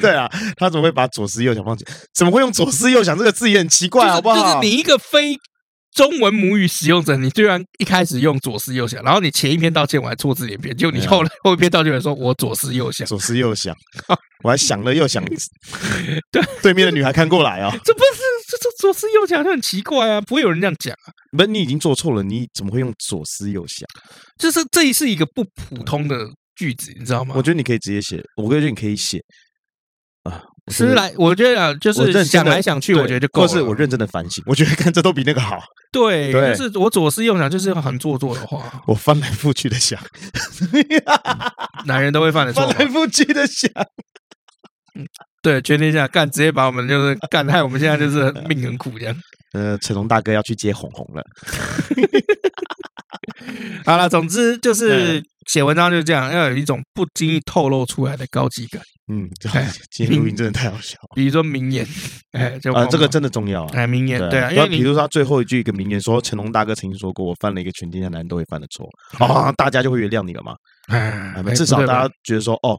S2: 对啊，他怎么会把左思右想放进？怎么会用左思右想这个字也很奇怪，好不
S1: 就
S2: 好？
S1: 是你一个非中文母语使用者，你居然一开始用左思右想，然后你前一篇道歉我还错字连篇，就你
S2: 对啊
S1: 后来后一篇道歉我说我左思右想，
S2: 左思
S1: [laughs]
S2: 右想，我还想了又想。对，对面的女孩看过来
S1: [laughs]
S2: 哦，
S1: 这不是这这左思右想就很奇怪啊，不会有人这样讲啊，
S2: 不是你已经做错了，你怎么会用左思右想？
S1: 就是这是一个不普通的句子，你知道吗？
S2: 我觉得你可以直接写，我觉得你可以写啊，我真
S1: 思
S2: 的。
S1: 来，我觉得啊就
S2: 我认
S1: 是
S2: 真
S1: 想
S2: 地
S1: 来想去，我
S2: 对
S1: 觉得就够了。
S2: 或是我认真的反省，我觉得看这都比那个好。
S1: 对，
S2: 对
S1: 就是我左思右想，就是很做作的话，
S2: 我翻来覆去
S1: [laughs]
S2: 的想，
S1: 男人都会 [laughs] 犯的错
S2: 翻
S1: 嘛。
S2: 来覆去的想，
S1: 对，全天下干，直接把我们就是干害，我们现在就是命很苦这样。
S2: 呃，成龙大哥要去接红红了。
S1: 好了，总之
S2: 嗯
S1: 就是写文章就是这样，要有一种不经意透露出来的高级感，
S2: 嗯，
S1: 哎
S2: [laughs] 今天录音真的太好笑
S1: 比如说名言，哎，就
S2: 了啊！这个真的重要啊。
S1: 哎名言对啊，因
S2: 那
S1: 为
S2: 比如
S1: 你
S2: 说他最后一句一个名言说：“成龙大哥曾经说过，我犯了一个全天下男人都会犯的
S1: [laughs]
S2: 错啊，大家就会原谅你了嘛。
S1: 哎
S2: 啊至少
S1: 对吧
S2: 大家觉得说，哦，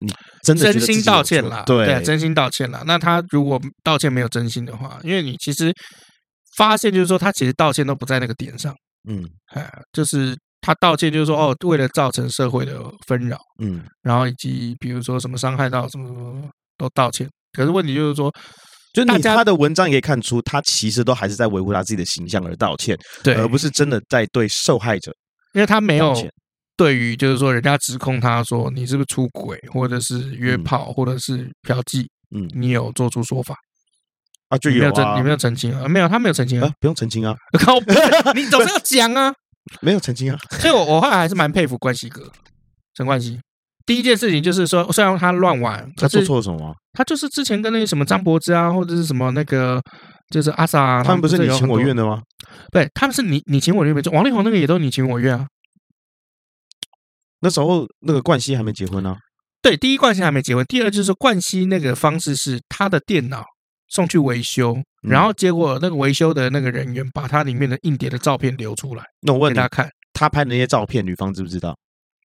S2: 你真的觉
S1: 真
S2: 得自己有
S1: 心
S2: 错
S1: 道歉啦，
S2: 对，
S1: 啊真心道歉啦。那他如果道歉没有真心的话，因为你其实发现就是说他其实道歉都不在那个点上。
S2: 嗯
S1: 哎，就是他道歉，就是说哦，为了造成社会的纷扰，
S2: 嗯，
S1: 然后以及比如说什么伤害到什么什么什么都道歉。可是问题就是说，
S2: 就
S1: 大
S2: 你
S1: 家
S2: 他的文章也可以看出，他其实都还是在维护他自己的形象而道歉，
S1: 对，
S2: 而不是真的在对受害者
S1: 因为他没有
S2: 道歉
S1: 对于就是说人家指控他说你是不是出轨，或者是约
S2: 嗯
S1: 炮，或者是嫖妓，
S2: 嗯
S1: 你有做出说法？
S2: 啊，就
S1: 你没
S2: 有
S1: 有澄，
S2: 啊，
S1: 你没有澄清啊？没有，他没有澄清啊
S2: 啊。，不用澄清啊，
S1: [laughs] 靠
S2: [laughs]
S1: 背，你总是要讲啊。
S2: 没有澄
S1: [laughs]
S2: 清啊，
S1: 所以我我后来还是蛮佩服冠希哥，陈冠希。第一件事情就是说，虽然他乱玩，
S2: 他
S1: 可
S2: 做
S1: 是
S2: 错了什么啊？
S1: 他就是之前跟那个什么张柏芝啊，或者是什么那个就是阿 sa，啊
S2: 他们不是你情
S1: 有
S2: 我，愿
S1: 很
S2: 的吗？
S1: 多对，他们是你你情我愿没错，王力宏那个也都是你情我愿啊。
S2: 那时候那个冠希还没结婚啊呢，
S1: 对，第一冠希还没结婚，第二就是冠希那个方式是他的电脑送去维修，
S2: 嗯
S1: 然后结果那个维修的那个人员把他里面的硬碟的照片流出来
S2: 那我
S1: 给
S2: 问你
S1: 他，看，
S2: 他拍的那些照片，女方知不知道？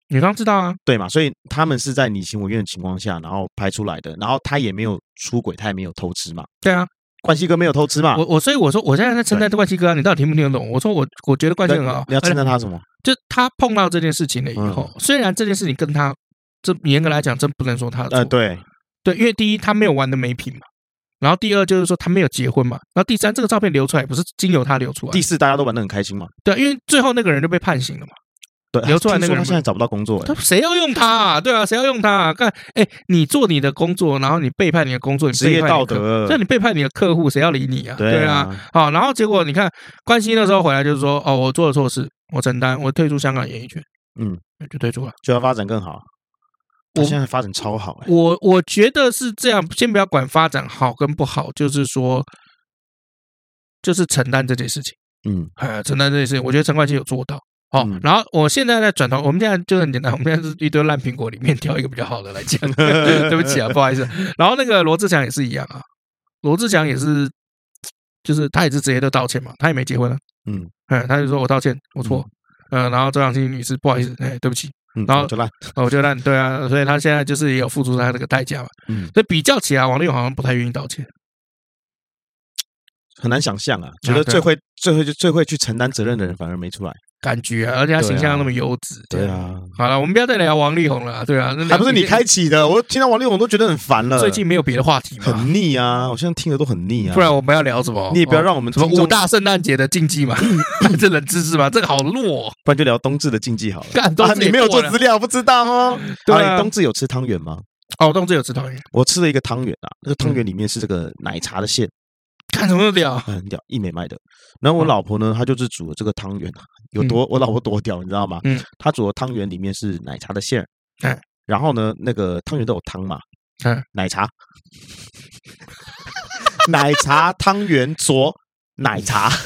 S1: 女方知道啊，
S2: 对嘛？所以他们是在你情我愿的情况下，然后拍出来的，然后他也没有出轨，他也没有偷吃嘛，
S1: 对啊，
S2: 冠希哥没有偷吃嘛
S1: 我？我所以我说我现在在称赞冠希哥、啊，你到底听不听得懂？我说我我觉得冠希很好
S2: 那，你要称
S1: 而且
S2: 赞他嗯什么？
S1: 就他碰到这件事情了以后，虽然这件事情跟他这严格来讲真不能说他的错，
S2: 呃，对，
S1: 对，因为第一他没有玩的没品嘛，然后第二就是说他没有结婚嘛，然后第三这个照片流出来也不是经由他流出来的
S2: 第，四大家都玩的很开心嘛。
S1: 对，啊因为最后那个人就被判刑了嘛，
S2: 对，
S1: 流出来那个
S2: 听说
S1: 人
S2: 他
S1: 不
S2: 现在找不到工作，
S1: 他
S2: 哎
S1: 谁要用他啊？对啊，谁要用他啊？干，哎，你做你的工作，然后你背叛你的工作，你
S2: 职业
S1: 背叛你
S2: 道
S1: 的客户，
S2: 德
S1: 这，你背叛你的客户，谁要理你啊？
S2: 对
S1: 啊，，好，然后结果你看，关心那时候回来就是说，哦，我做了错事，我承担，我退出香港演艺圈，
S2: 嗯，
S1: 就退出了。
S2: 就要发展更好。
S1: 我
S2: 我现在发展超好，哎，
S1: 我我觉得是这样，先不要管发展好跟不好，就是说，就是承担这件事情，
S2: 嗯，
S1: 呃，承担这件事情，我觉得陈冠希有做到。好，
S2: 嗯
S1: 然后我现在在转头，我们现在就很简单，我们现在是一堆烂苹果里面挑一个比较好的来
S2: [laughs]
S1: 讲，对不起啊，不好意思。然后那个罗志祥也是一样啊，罗志祥也是，就是他也是直接就道歉嘛，他也没结婚啊，
S2: 嗯
S1: 哎，他就说我道歉，我错，嗯、呃，然后周扬青女士不好意思，哎，对不起，
S2: 嗯，
S1: 然后
S2: 我就烂，
S1: 哦我觉得对啊，所以他现在就是也有付出他这个代价嘛，
S2: 嗯，
S1: 所以比较起来，王力宏好像不太愿意道歉，
S2: 很难想象啊，觉得
S1: 对
S2: 最会、最会、最会去承担责任的人反而没出来。
S1: 感觉、啊，而且他
S2: 对啊
S1: 形象那么优质，这样，
S2: 啊，
S1: 好了，我们不要再聊王力宏了啊，对啊，那
S2: 还不是你开启的，我听到王力宏都觉得很烦了，
S1: 最近没有别的话题嘛，
S2: 呃很腻啊，我现在听的都很腻啊。
S1: 不然我们要聊什么？
S2: 你也不要
S1: 哦
S2: 让我们
S1: 什么
S2: 听众
S1: 五大圣诞节的禁忌
S2: [laughs]
S1: 嘛，这冷知识嘛，这个好弱、哦，
S2: 不然就聊冬至的禁忌好了。
S1: 干冬
S2: 啊，
S1: 至也
S2: 你没有
S1: 过
S2: 做
S1: 了
S2: 资料，不知道哦。
S1: [laughs] 对
S2: 你
S1: 啊，
S2: 冬至有吃汤圆吗？
S1: 哦，冬至有吃汤圆，
S2: 我吃了一个汤圆啊，那个
S1: 嗯
S2: 汤圆里面是这个奶茶的馅，
S1: 看什么都屌，
S2: 很屌，一美卖的。然后我
S1: 嗯
S2: 老婆呢，她就是煮了这个汤圆啊，有多我老婆多屌，你知道吗？
S1: 嗯，
S2: 她煮的汤圆里面是奶茶的馅，
S1: 哎，
S2: 然后呢，那个汤圆都有汤嘛，
S1: 嗯，
S2: 奶茶，奶茶汤圆佐奶茶。 [laughs]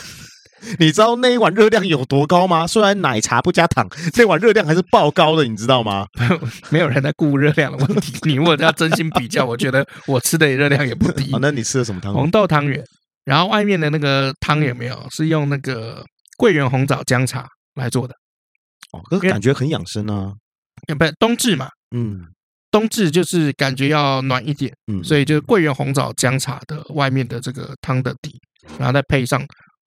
S2: 你知道那一碗热量有多高吗？虽然奶茶不加糖，那碗热量还是爆高的，你知道吗？
S1: 没有人在顾热量的问题。你如果要真心
S2: [laughs]
S1: 比较，我觉得我吃的热量也不低
S2: 啊，。那你吃了什么汤圆？
S1: 红豆汤圆，然后外面的那个汤有没有是用那个桂圆红枣姜茶来做的？
S2: 哦，可是感觉很养生啊。
S1: 呃不，冬至嘛，
S2: 嗯
S1: 冬至就是感觉要暖一点，
S2: 嗯，
S1: 所以就是桂圆红枣姜茶的外面的这个汤的底，然后再配上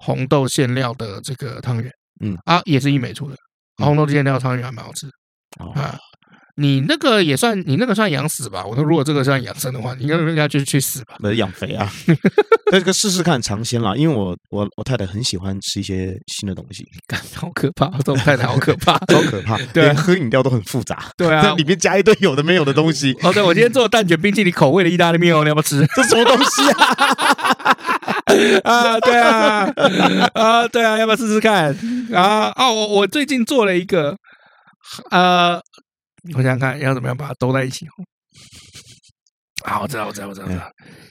S1: 红豆馅料的这个汤圆，
S2: 嗯
S1: 啊，也是一美出的，
S2: 嗯
S1: 红豆馅料汤圆还蛮好吃的
S2: 哦
S1: 啊。你那个也算，你那个算养死吧？我说如果这个算养生的话，你应该应该就是去死吧。
S2: 呃，养肥
S1: [laughs]
S2: 啊，这个试试看尝鲜啦，因为我我我太太很喜欢吃一些新的东西，
S1: 干，好可怕！这种太太好可怕，
S2: 超可怕，
S1: 对啊
S2: 连喝饮料都很复杂，，
S1: [laughs] 对 [laughs] 啊
S2: 里面加一堆有的没有的东西，
S1: 哦，对，我今天做蛋卷冰淇淋口味的意大利面哦，你要不要吃
S2: 这什么东西啊？ [laughs]
S1: 啊？对啊，啊，对啊，要不要试试看？啊啊，我我最近做了一个，呃，我想想看要怎么样把它兜在一起哦。啊，我知道，我知道，我知道，我知
S2: 嗯
S1: 道，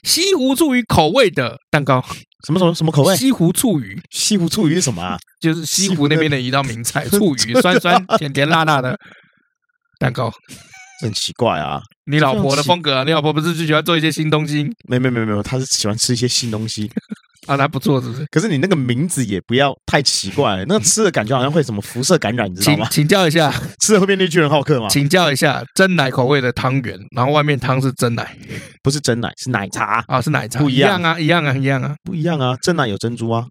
S1: 西湖醋鱼口味的蛋糕，
S2: 什么什么什么口味？
S1: 西湖醋鱼
S2: 西湖醋鱼是什么啊？
S1: 就是西湖那边的一道名菜，醋鱼酸酸甜甜辣辣的蛋糕。
S2: 很奇怪啊，
S1: 你老婆的风格啊，你老婆不是就喜欢做一些新东西
S2: 没没没没有，她是喜欢吃一些新东西，
S1: 啊？她不做是不是？
S2: 可是你那个名字也不要太奇怪，那吃的感觉好像会什么辐射感染，你知道
S1: 请
S2: 吗？
S1: 请教一下，
S2: [laughs] 吃了会变绿巨人浩克吗？
S1: 请教一下，真奶口味的汤圆，然后外面汤是真奶
S2: 不是真奶，是奶茶，
S1: 啊，是奶茶，
S2: 不
S1: 一
S2: 一样
S1: 样啊，一样啊，一样啊。
S2: 不一样啊，真奶有珍珠啊，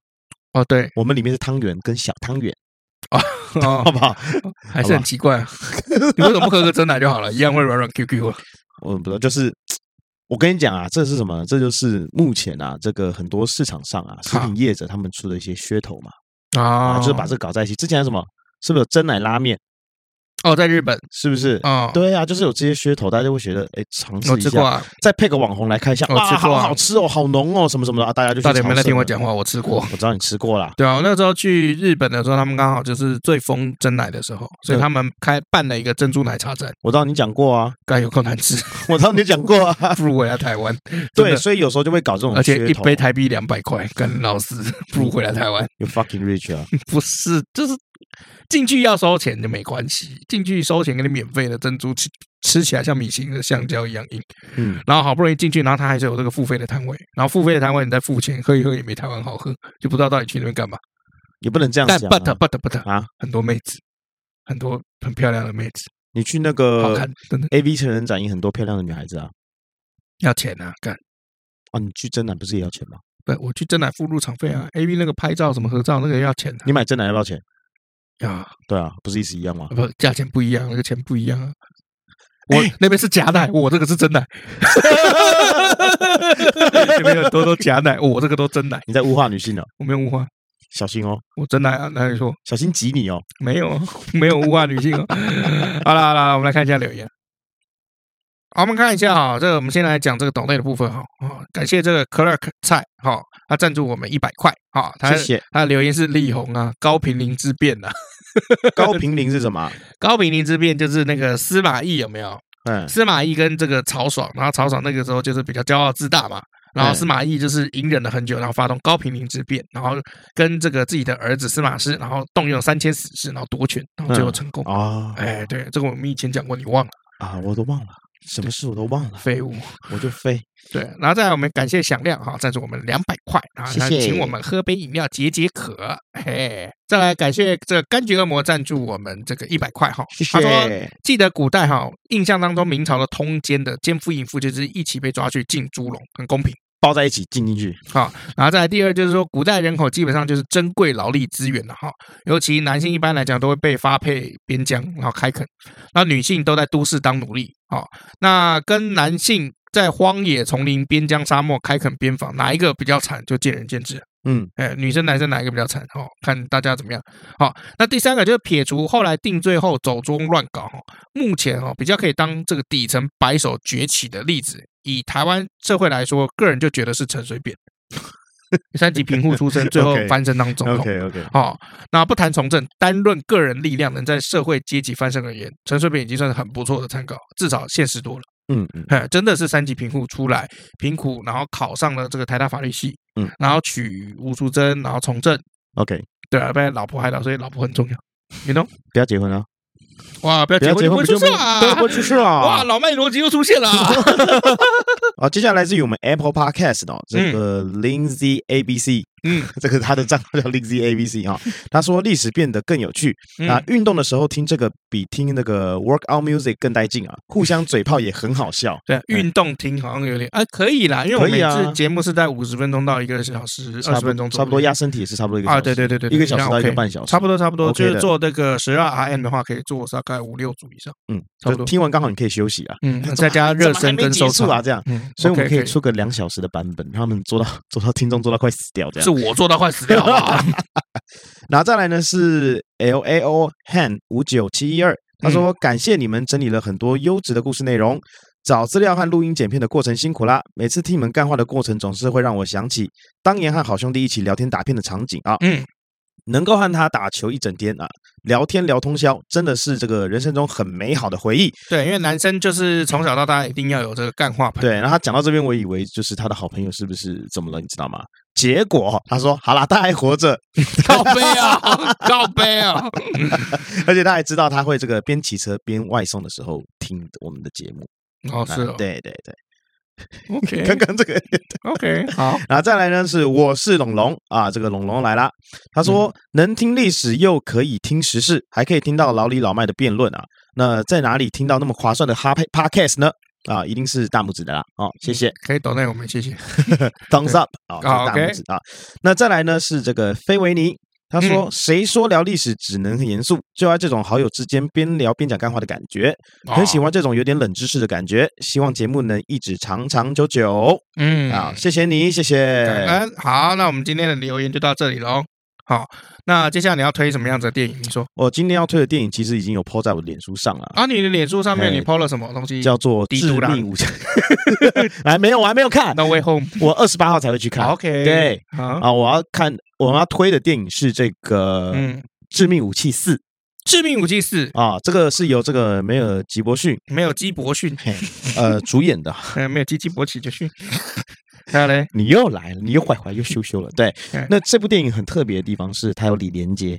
S1: 哦，对，
S2: 我们里面是汤圆跟小汤
S1: [laughs]
S2: 圆，好
S1: 哦，
S2: [laughs] 不好？
S1: 还是很奇
S2: [laughs]
S1: 怪、啊，你为什么不喝个真奶就好了？一样会软软 QQ 啊。
S2: 我不知道，就是我跟你讲啊，这是什么？这就是目前啊，这个很多市场上啊，食品业者他们出的一些噱头嘛，
S1: 啊
S2: 啊，就是把这个搞在一起。之前有什么？是不是有真奶拉面？
S1: 哦，在日本
S2: 是不是？
S1: 啊，
S2: 对啊，就是有这些噱头，大家就会觉得，哎，尝试
S1: 我
S2: 一
S1: 吃过
S2: 下，
S1: 啊，
S2: 再配个网红来看一下，
S1: 我
S2: 哇，
S1: 吃过
S2: 好
S1: 啊
S2: 好吃哦，好浓哦，什么什么的啊，大家就去
S1: 到底有没有在
S2: 尝试
S1: 听我
S2: 了
S1: 讲话？？我吃过。
S2: 我知道你吃过啦，
S1: 对啊，我那时候去日本的时候，他们刚好就是最疯真奶的时候，所以
S2: 对
S1: 他们开办了一个珍珠奶茶站，
S2: 我知道你讲过啊， [laughs]
S1: 该有够难吃，
S2: 我知道你讲过啊，
S1: 不如回来台湾。 [laughs] 真
S2: 对，
S1: 的，
S2: 所以有时候就会搞这种噱头，
S1: 而且一杯台币两百块，跟老师不如回来台湾。
S2: 有 fucking rich 啊，
S1: 不是，就是进去要收钱就没关系，进去收钱给你免费的珍珠，吃吃起来像米其林的香蕉一样硬。
S2: 嗯，
S1: 然后好不容易进去，然后他还是有这个付费的摊位，然后付费的摊位你再付钱喝一喝也没台湾好喝，就不知道到底去那边干嘛。
S2: 也不能这样
S1: 但
S2: 讲
S1: but
S2: 啊
S1: but but
S2: 啊，
S1: 很多妹子，很多很漂亮的妹子，
S2: 你去那
S1: 嗯好
S2: 个
S1: 看，真的
S2: A V 成人展映很多漂亮的女孩子啊，
S1: 要钱啊！干，
S2: 啊，你去真奶不是也要钱吗？
S1: 不，我去真奶付入场费啊，A V 那个拍照什么合照那个要钱的
S2: 你买真奶要不要钱？
S1: 呀，
S2: 对啊，不是意思一样吗？
S1: 不，价钱不一样，那个钱不一样啊。我
S2: 哎
S1: 那边是假奶，我这个是真奶。 [laughs] 那边很多都假奶，我这个都真奶，
S2: 你在物化女性了，
S1: 我没有物化，
S2: 小心哦，
S1: 我真奶啊！哪里说
S2: 小心挤
S1: [laughs]
S2: 你哦。
S1: 没有？没有物化女性哦。 [laughs] 好啦好啦，我们来看一下留言。好，我们看一下哈、这个我们先来讲这个懂内的部分哈、哦。感谢这个 Clark 蔡哈、他赞助我们一百块哈、他
S2: 谢谢。
S1: 他的留言是力宏啊，高平陵之变啊， [laughs]
S2: 高平陵是什么啊？
S1: 高平陵之变就是那个司马懿有没有？ [laughs]
S2: 嗯，
S1: 司马懿跟这个曹爽，然后曹爽那个时候就是比较骄傲自大嘛，然后
S2: 嗯
S1: 司马懿就是隐忍了很久，然后发动高平陵之变，然后跟这个自己的儿子司马师，然后动用三千死士，然后夺权，然后最后成功。
S2: 啊
S1: 哎，对，这个我们以前讲过，你忘了，
S2: 啊，我都忘了，什么事我都忘了，
S1: 废物。
S2: 我就
S1: [laughs]
S2: 飞。
S1: 对，然后再来我们感谢响亮哈，赞助我们两百块，然后他
S2: 谢谢
S1: 请我们喝杯饮料解解渴。嘿，再来感谢这个柑橘恶魔赞助我们这个一百块哈，
S2: 谢
S1: 他说
S2: 谢。
S1: 记得古代哈，印象当中明朝的通奸的奸夫淫妇就是一起被抓去进猪笼，很公平。
S2: 抱在一起进进去，
S1: 然后再来第二就是说，古代人口基本上就是珍贵劳力资源了哈，尤其男性一般来讲都会被发配边疆，然后开垦，那女性都在都市当奴隶哦。那跟男性在荒野、丛林、边疆、沙漠开垦边防，哪一个比较惨，就见仁见智。
S2: 嗯，
S1: 哎，女生男生哪一个比较惨？哦，看大家怎么样。好、那第三个就是撇除后来定罪后走中乱搞哈、哦，目前哦比较可以当这个底层白手崛起的例子。以台湾社会来说，个人就觉得是陈水扁，三级贫户出身，
S2: [laughs]
S1: 最后
S2: OK
S1: 翻身当总统。
S2: OK OK，
S1: 哦，那不谈从政，单论个人力量能在社会阶级翻身而言，陈水扁已经算是很不错的参考，至少现实多了。
S2: 嗯嗯
S1: 哎，真的是三级贫户出来，贫苦，然后考上了这个台大法律系，
S2: 嗯，
S1: 然后娶吴淑珍，然后从政，
S2: ，OK，
S1: 对啊，被老婆害到，所以老婆很重要，你懂？
S2: 不要结婚啊，
S1: 哇，不要
S2: 不
S1: 结
S2: 要
S1: 婚
S2: 结
S1: 就不会出
S2: 婚不就
S1: 事
S2: 没
S1: 啦！
S2: 对，会出事啊啦。
S1: [laughs] 哇，老麦逻辑又出现
S2: [laughs]
S1: 了啊，
S2: 啊，接下来自于我们 Apple Podcast 哦，这
S1: 嗯
S2: 个 Lindsay ABC，
S1: 嗯，
S2: [laughs] 这个他的账号叫 Lindsay ABC 啊，他说历史变得更有趣，啊
S1: 嗯，
S2: 运动的时候听这个比听那个 workout music 更带劲啊，
S1: 嗯
S2: 互相嘴炮也很好笑。
S1: 对，啊运动听好像有点啊，可以啦，因为我
S2: 哎可以
S1: 每
S2: 啊
S1: 次节目是在五十分钟到一个小时二
S2: 差
S1: 十
S2: 不
S1: 分钟左
S2: 多，
S1: 右
S2: 差不多压身体也是差不多一个小时
S1: 啊，对对对对，对
S2: 一个小时到一个
S1: OK
S2: 半小时，
S1: 差不多差不多，
S2: OK
S1: 就
S2: 的
S1: 是做这个十二 RM 的话，可以做大概五六组以上，
S2: 嗯，
S1: 差不多
S2: 就听完刚好你可以休息啊，
S1: 嗯，再加热身跟收
S2: 束
S1: 场
S2: 啊，，这样，
S1: 嗯，
S2: 所以我们
S1: OK，
S2: 可以
S1: 可以
S2: 出个两小时的版本，让他们做到做到听众做到快死掉这
S1: 是
S2: 样。
S1: 我做到快死掉啊！
S2: 然后再来呢是 L A O Han 五九七一二，他说感谢你们整理了很多优质的故事内容。找资料和录音剪片的过程辛苦啦！每次听你们干话的过程，总是会让我想起当年和好兄弟一起聊天打片的场景啊。
S1: 嗯，
S2: 能够和他打球一整天啊，聊天聊通宵，真的是这个人生中很美好的回忆。
S1: [laughs] 对，因为男生就是从小到大一定要有这个干话盆，
S2: 对，然后他讲到这边，我以为就是他的好朋友是不是怎么了，你知道吗？结果他说好啦，他还活着，
S1: 靠背啊，
S2: [laughs]
S1: 靠背啊，
S2: 而且他还知道他会这个边骑车边外送的时候听我们的节目。
S1: 哦是
S2: 啊
S1: 哦
S2: 对对对， [laughs] 刚
S1: ，OK
S2: 刚这个
S1: OK，好，
S2: 然后再来呢是我是龙龙啊，这个龙龙来啦，他说、
S1: 嗯
S2: 能听历史又可以听时事，还可以听到老李老麦的辩论啊。那在哪里听到那么划算的哈 podcast 呢？啊，一定是大拇指的啦！哦，谢谢、
S1: 可以抖内我们谢谢，
S2: t h u m b s up 啊，这
S1: 嗯啊
S2: 个大拇
S1: OK 嗯
S2: 指啊。那再来呢是这个菲维尼，他说、谁说聊历史只能严肃，就爱这种好友之间边聊边讲干话的感觉，很喜
S1: 欢，
S2: 欢这种有点冷知识的感觉，希望节目能一直长长久久
S1: 嗯
S2: 啊！谢谢你，谢谢，
S1: 感恩好，那我们今天的留言就到这里喽。好，那接下来你要推什么样子的电影？你说
S2: 我今天要推的电影其实已经有 PO 在我的脸书上了，
S1: 啊，你的脸书上面
S2: 哎
S1: 你 PO 了什么东西？
S2: 叫做《
S1: 帝
S2: 致
S1: 都啦
S2: 命武侠》， [laughs] 还没有，我还没
S1: [laughs]
S2: 有看，
S1: No Way Home。
S2: 我二十八号才会去看。
S1: OK，
S2: 对，
S1: 好，
S2: 啊，我要看我们要推的电影是这个《
S1: 嗯，
S2: 致命武器四》
S1: 致命武器四
S2: 啊，这个是由这个梅尔吉伯逊
S1: 没有鸡伯逊，
S2: 嘿呃主演的。
S1: 呃， [laughs] 没有鸡鸡勃起就 [laughs] 逊。还有嘞，
S2: 你又来了，你又坏坏又羞羞了。对
S1: [laughs] 哎，
S2: 那这部电影很特别的地方是它有李连杰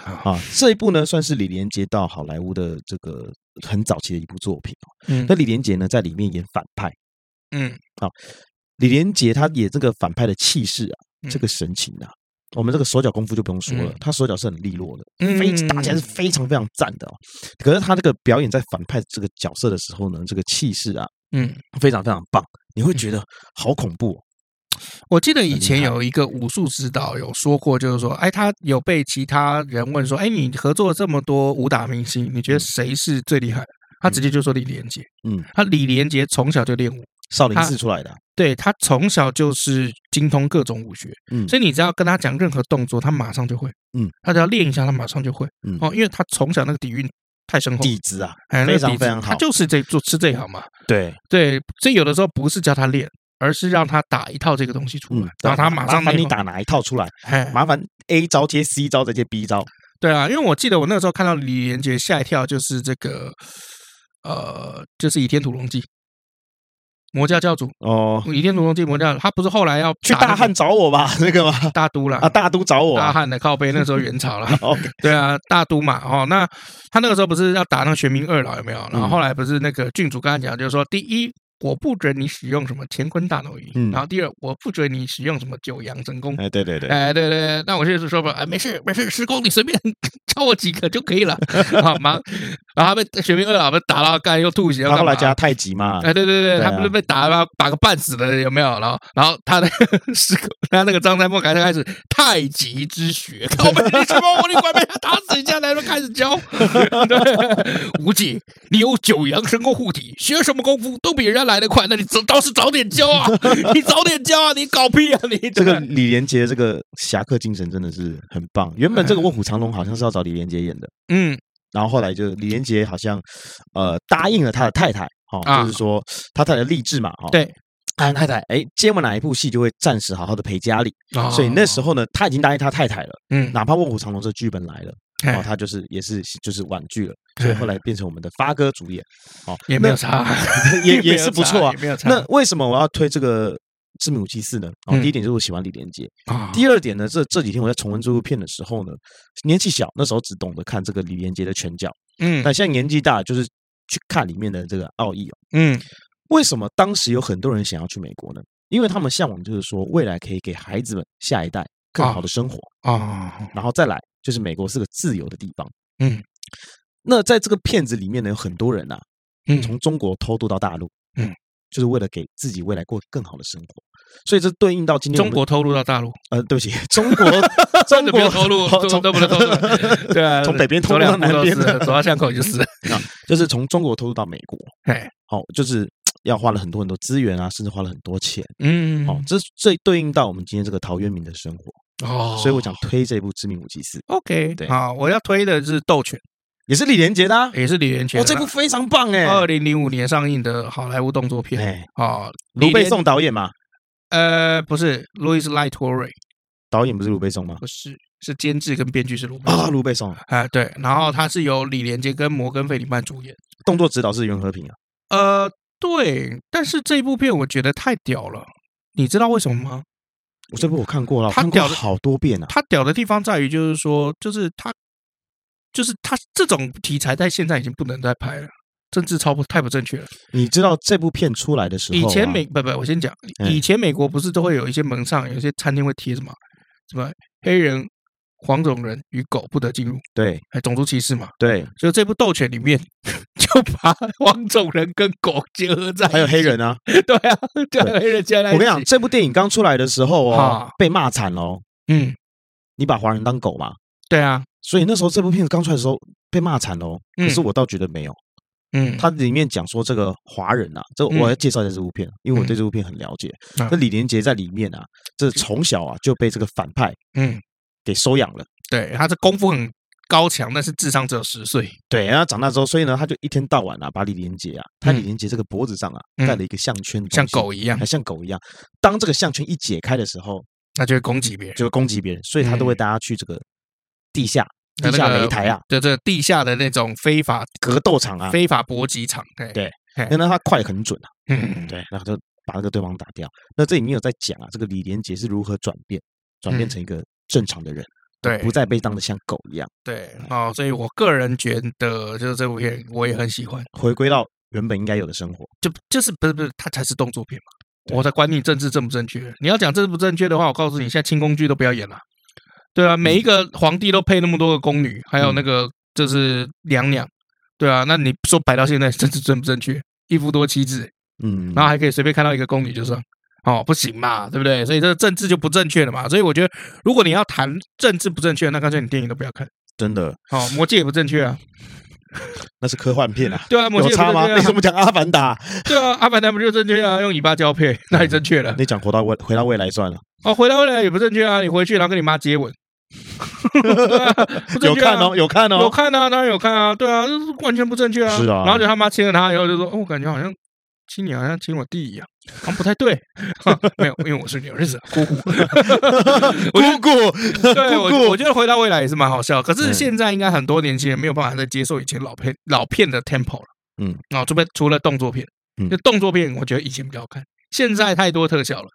S1: 好，
S2: 啊，这一部呢算是李连杰到好莱坞的这个很早期的一部作品哦。
S1: 嗯
S2: 那李连杰呢在里面演反派，
S1: 嗯，
S2: 李连杰他演这个反派的气势啊，
S1: 嗯
S2: 这个神情啊。我们这个手脚功夫就不用说了
S1: 嗯，
S2: 他手脚是很利落的，
S1: 嗯
S2: 非打起来是非常非常赞的哦。可是他这个表演在反派这个角色的时候呢，这个气势啊，
S1: 嗯，
S2: 非常非常棒，你会觉得好恐怖、哦。
S1: 我记得以前
S2: 很厉害
S1: 有一个武术指导有说过，就是说，哎，他有被其他人问说，哎，你合作这么多武打明星，你觉得谁是最厉害的？他直接就说李连杰。
S2: 嗯，
S1: 他李连杰从小就练武，
S2: 少林
S1: 他
S2: 寺出来的啊，
S1: 对他从小就是精通各种武学，
S2: 嗯
S1: 所以你只要跟他讲任何动作，他马上就会。
S2: 嗯，
S1: 他只要练一下，他马上就会。
S2: 嗯
S1: 哦，因为他从小那个底蕴太深厚，
S2: 底子啊，
S1: 哎，那
S2: 非
S1: 个
S2: 常
S1: 底子
S2: 非常好
S1: 他就是这做吃这一行嘛。
S2: 对，
S1: 对，所以有的时候不是叫他练，而是让他打一套这个东西出来，然后他马上
S2: 嗯麻烦你
S1: 内化，
S2: 打哪一套出来，
S1: 哎，
S2: 麻烦 A 招接 C 招再接 B 招，
S1: 对啊，因为我记得我那个时候看到李连杰吓一跳，就是这个，呃，就是《倚天屠龙记》，魔教教主，
S2: 哦，
S1: 《倚天屠龙记》魔教，他不是后来要
S2: 去
S1: 打那
S2: 大
S1: 个
S2: 汉找我吧， [laughs] 那个吧，
S1: 大都了
S2: 啊，大都找我
S1: 大
S2: 啊，
S1: 汉的靠背，那时候元朝了。
S2: OK，
S1: 对啊，大都嘛，哦，那他那个时候不是要打那个玄冥二老有没有？然后
S2: 嗯
S1: 后来不是那个郡主跟他讲，就是说，第一，我不准你使用什么乾坤大挪移，
S2: 嗯
S1: 然后第二，我不准你使用什么九阳真功。
S2: 哎，对对对，
S1: 哎，对对对，那我就是说吧，哎，没事没事，施工你随便 [laughs] 教我几个就可以了，好忙。然后他被玄冥二老被打到干又吐血，又
S2: 他后
S1: 干
S2: 来
S1: 嘛
S2: 加太极嘛，
S1: 哎，对对对，
S2: 对
S1: 他
S2: 啊
S1: 不是被打吗？打个半死的有没有？然后，然后他的 [laughs] 是他那个张三丰开始开始太极之学，靠背你什么？我你管被他打死，人家来了开始教。 [laughs] 对无忌，你有九阳神功护体，学什么功夫都比人家来得快，那你早倒是早点教啊！ [laughs] 你早点教啊！你搞屁啊！你
S2: 这个李连杰这个侠客精神真的是很棒。原本这
S1: 哎
S2: 个《卧虎藏龙》好像是要找李连杰演的，
S1: 嗯
S2: 然后后来就李连杰好像呃答应了他的太太，哦，
S1: 啊
S2: 就是说他太太励志嘛，哦，
S1: 对，
S2: 安太太哎接完哪一部戏就会暂时好好的陪家里，
S1: 哦
S2: 所以那时
S1: 候
S2: 候呢他已经答应他太太了，
S1: 嗯
S2: 哪怕《卧虎藏龙》这剧本来了，
S1: 哎
S2: 哦，他就是也是就是婉拒了，所以后来变成我们的发哥
S1: [laughs]
S2: 主演，哦，
S1: 也没有
S2: 那
S1: 差，
S2: 也
S1: [laughs] 没有
S2: 也是不
S1: 差
S2: 错啊
S1: 也。没有差。
S2: 那为什么我要推这个《致命武器四》呢？哦，
S1: 嗯
S2: 第一点就是我喜欢李连杰，
S1: 啊
S2: 第二点呢，这这几天我在重温这部片的时候呢，年纪小那时候只懂得看这个李连杰的拳脚，
S1: 嗯
S2: 但现在年纪大就是去看里面的这个奥义哦。
S1: 嗯
S2: 为什么当时有很多人想要去美国呢？因为他们向往就是说未来可以给孩子们下一代更
S1: 哦
S2: 好的生活，
S1: 啊
S2: 然后再来就是美国是个自由的地方。
S1: 嗯
S2: 那在这个片子里面呢，有很多人啊，
S1: 嗯
S2: 从中国偷渡到大陆，
S1: 嗯，
S2: 就是为了给自己未来过更好的生活。所以这对应到今天我
S1: 中
S2: 们
S1: 国偷渡到大陆。
S2: 呃，对
S1: [laughs]
S2: 不起，中国中
S1: 的不
S2: 国
S1: 要偷录，
S2: [laughs] 哦
S1: 都
S2: 从
S1: 都不能偷录。对啊，
S2: 从北边
S1: 走
S2: 偷到
S1: 两步
S2: 南
S1: 都
S2: 边
S1: 是， [laughs] 走到巷口就是。
S2: [laughs] 就是从中国偷渡到美国，
S1: 哎，
S2: 好、就是要花了很多很多资源啊，甚至花了很多钱，
S1: 嗯，
S2: 好、这这对应到我们今天这个陶渊明的生活，
S1: 哦
S2: 所以我想推这部《致命武器四》，
S1: OK，
S2: 对
S1: 好，我要推的是《斗犬
S2: 也是李连杰的、啊》，，
S1: 也是李连杰的
S2: 哦，
S1: 啦。
S2: 这部非常棒哎、
S1: 二零零五年上映的好莱坞动作片
S2: 哎，
S1: 啊，
S2: 卢
S1: 李
S2: 贝
S1: 连
S2: 松导演嘛，
S1: 呃不是，Louis Light t o r e
S2: 导演不是卢贝松吗？
S1: 不是，是监制跟编剧是卢贝
S2: 啊，
S1: 松。
S2: 卢贝松，
S1: 哎，对，然后他是由李连杰跟摩根费里曼主演。
S2: 动作指导是袁和平啊，
S1: 呃，对，但是这部片我觉得太屌了，你知道为什么吗？
S2: 我这部我看过了，我
S1: 他
S2: 看过
S1: 屌的
S2: 好多遍啊，
S1: 它屌的地方在于，就是说，就是它，就是它这种题材在现在已经不能再拍了，政治超不太不正确了。
S2: 你知道这部片出来的时候啊、
S1: 以前美不不，我先讲，
S2: 嗯
S1: 以前美国不是都会有一些门上有一些餐厅会贴什么什么黑人、黄种人与狗不得进入，
S2: 对
S1: 哎，种族歧视嘛。
S2: 对，
S1: 就这部《斗犬》里面， [laughs] 就把黄种人跟狗结合在，
S2: 还有黑，人啊，
S1: 对啊，就还有黑人加在
S2: 我
S1: 一起。
S2: 跟你讲，，这部电影刚出来的时候哦
S1: 哎哈，
S2: 被骂惨了哦。
S1: 嗯，
S2: 你把华人当狗嘛？
S1: 对啊，
S2: 所以那时候这部片子刚出来的时候被骂惨了哦。
S1: 嗯
S2: 可是我倒觉得没有，
S1: 嗯，
S2: 它里面讲说这个华人啊，这
S1: 嗯
S2: 我要介绍一下这部片，因为我对这部片很了解。
S1: 啊
S2: 那李连杰在里面啊，这从小啊就被这个反派
S1: 嗯
S2: 给收养了。
S1: 对，他这功夫很高强，但是智商只有十岁。
S2: 对，然后长大之后，所以呢，他就一天到晚啊，把李连杰啊，他李
S1: 嗯
S2: 连杰这个脖子上啊
S1: 嗯
S2: 戴了一个项圈的东西，
S1: 像狗一样
S2: 还，像狗一样。当这个项圈一解开的时候，
S1: 他就会攻击别人。
S2: 就会攻击别人，所以他都会
S1: 嗯
S2: 带他去这个地下、
S1: 那
S2: 地下
S1: 那个
S2: 擂台啊、
S1: 就这地下的那种非法
S2: 格斗场啊，
S1: 非法搏击场。对
S2: 对那他快得很准啊，
S1: 嗯，
S2: 对，然后就把那个对方打掉。那这里面有在讲啊，这个李连杰是如何转变，转变
S1: 嗯
S2: 成一个正常的人，
S1: 对
S2: 不再嗯被当的像狗一样，
S1: 对哦，所以我个人觉得，就是这部片我也很喜欢。
S2: 回归到原本应该有的生活。
S1: 就就是不是不是，它才是动作片嘛。
S2: 对
S1: 我在管你政治正不正确。你要讲政治不正确的话，我告诉你，现在清宫剧都不要演了。对啊，
S2: 嗯
S1: 每一个皇帝都配那么多个宫女，还有那个就是娘娘，对啊。那你说摆到现在，政治正不正确？一夫多妻制，
S2: 嗯，
S1: 然后还可以随便看到一个宫女就上，哦，不行嘛，对不对？所以这个政治就不正确了嘛。所以我觉得，如果你要谈政治不正确，那干脆你电影都不要看。
S2: 真的
S1: 哦，魔戒也不正确啊，
S2: 那是科幻片啊。
S1: 对啊，魔戒
S2: 有
S1: 也不
S2: 差
S1: 正
S2: 吗？
S1: 确
S2: 你怎
S1: 啊，
S2: 么讲《阿凡达》？
S1: 对啊，阿凡达不就正确啊？用尾巴交
S2: 嗯
S1: 配，那也正确 [laughs] 了。
S2: 你讲回到未回到未来算了。
S1: 哦，回到未来也不正确啊！你回去然后跟你妈接
S2: [laughs]
S1: 吻，不正
S2: 有
S1: 确啊
S2: 看哦，有看
S1: 有
S2: [laughs] 哦。
S1: 看啊，当然有看啊，对啊，这是完全不正确啊。
S2: 是啊
S1: 然后就他妈亲了他以后就说，哦，我感觉好像亲你好像亲我弟一样，好像不太
S2: [laughs]
S1: 对。哈没有，因为我是你儿子，姑姑。我就
S2: 姑姑，
S1: [laughs] 对
S2: 姑
S1: 我，
S2: 姑
S1: 我，觉得回到未来也是蛮好笑。可是
S2: 嗯
S1: 现在应该很多年轻人没有办法再接受以前老片老片的 tempo 了。
S2: 嗯，
S1: 啊，除非除了动作片，
S2: 嗯
S1: 就动作片我觉得以前比较好看，现在太多特效了。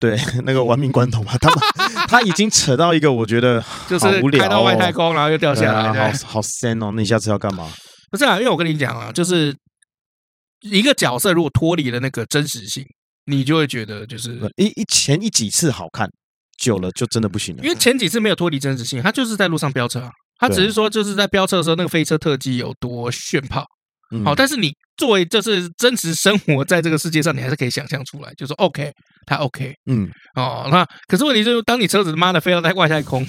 S2: 对那个亡命关头嘛，
S1: [laughs]
S2: 他们他已经扯到一个我觉得
S1: 就
S2: 好
S1: 是
S2: 无聊
S1: 开到外
S2: 哦
S1: 太空，然后又掉下来。
S2: 对啊
S1: 对，
S2: 好好 sad 哦。那你下次要干嘛？
S1: 不是啊，因为我跟你讲啊，就是一个角色如果脱离了那个真实性，你就会觉得就是，
S2: 一一前一几次好看，久了就真的不行了
S1: 因。为前几次没有脱离真实性，他就是在路上飙车啊，他只
S2: 对
S1: 是说就是在飙车的时候那个飞车特技有多炫炮。
S2: 嗯
S1: 好，但是你作为就是真实生活在这个世界上，你还是可以想象出来，就是 OK，他 OK
S2: 嗯，
S1: 哦。那可是问题就是，当你车子妈的飞到在外太空，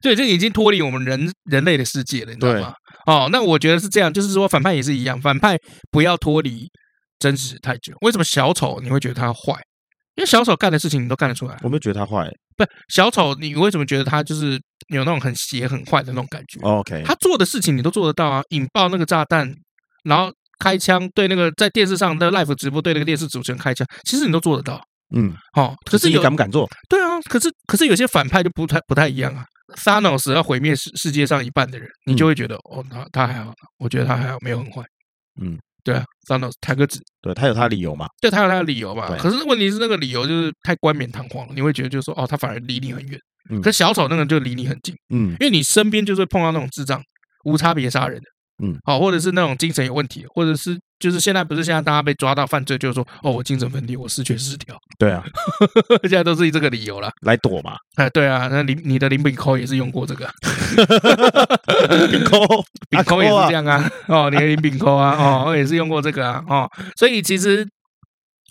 S1: 对，这已经脱离我们人人类的世界了，你知道
S2: 对
S1: 吗？哦，那我觉得是这样，就是说反派也是一样，反派不要脱离真实太久。为什么小丑你会觉得他坏？因为小丑干的事情你都干得出来，
S2: 我没有觉得他坏。
S1: 不，小丑你为什么觉得他就是有那种很邪很坏的那种感觉？
S2: 哦 OK，
S1: 他做的事情你都做得到啊，引爆那个炸弹，然后开枪对那个在电视上的 live 直播对那个电视主持人开枪，其实你都做得到。
S2: 嗯，
S1: 哦，可是
S2: 你
S1: 有
S2: 敢不敢做？
S1: 对啊，可是可是有些反派就不太不太一样啊。Thanos 要毁灭世世界上一半的人，你就会觉得、哦，他他还好，我觉得他还好，没有很坏。
S2: 嗯，
S1: 对啊，Thanos 弹个指，
S2: 对他有他的理由嘛。
S1: 对他有他的理由嘛。
S2: 对
S1: 可是问题是那个理由就是太冠冕堂皇了，你会觉得就是说哦，他反而离你很远。
S2: 嗯
S1: 可小丑那个就离你很近。
S2: 嗯
S1: 因为你身边就是会碰到那种智障、无差别杀人的，
S2: 嗯，
S1: 好、或者是那种精神有问题的，或者是就是现在不是现在大家被抓到犯罪，就是说哦，我精神分裂，我视觉失调， [laughs]
S2: 对啊，
S1: 现在都是以这个理由啦。
S2: 来躲
S1: [laughs]
S2: 嘛。
S1: 哎，对啊，那林你的林炳扣也是用过这个，啊
S2: 冰扣，
S1: 炳扣也是
S2: 啊
S1: 这样啊，哦，你的林炳扣啊，哦，也是用过这个啊，哦，所以其实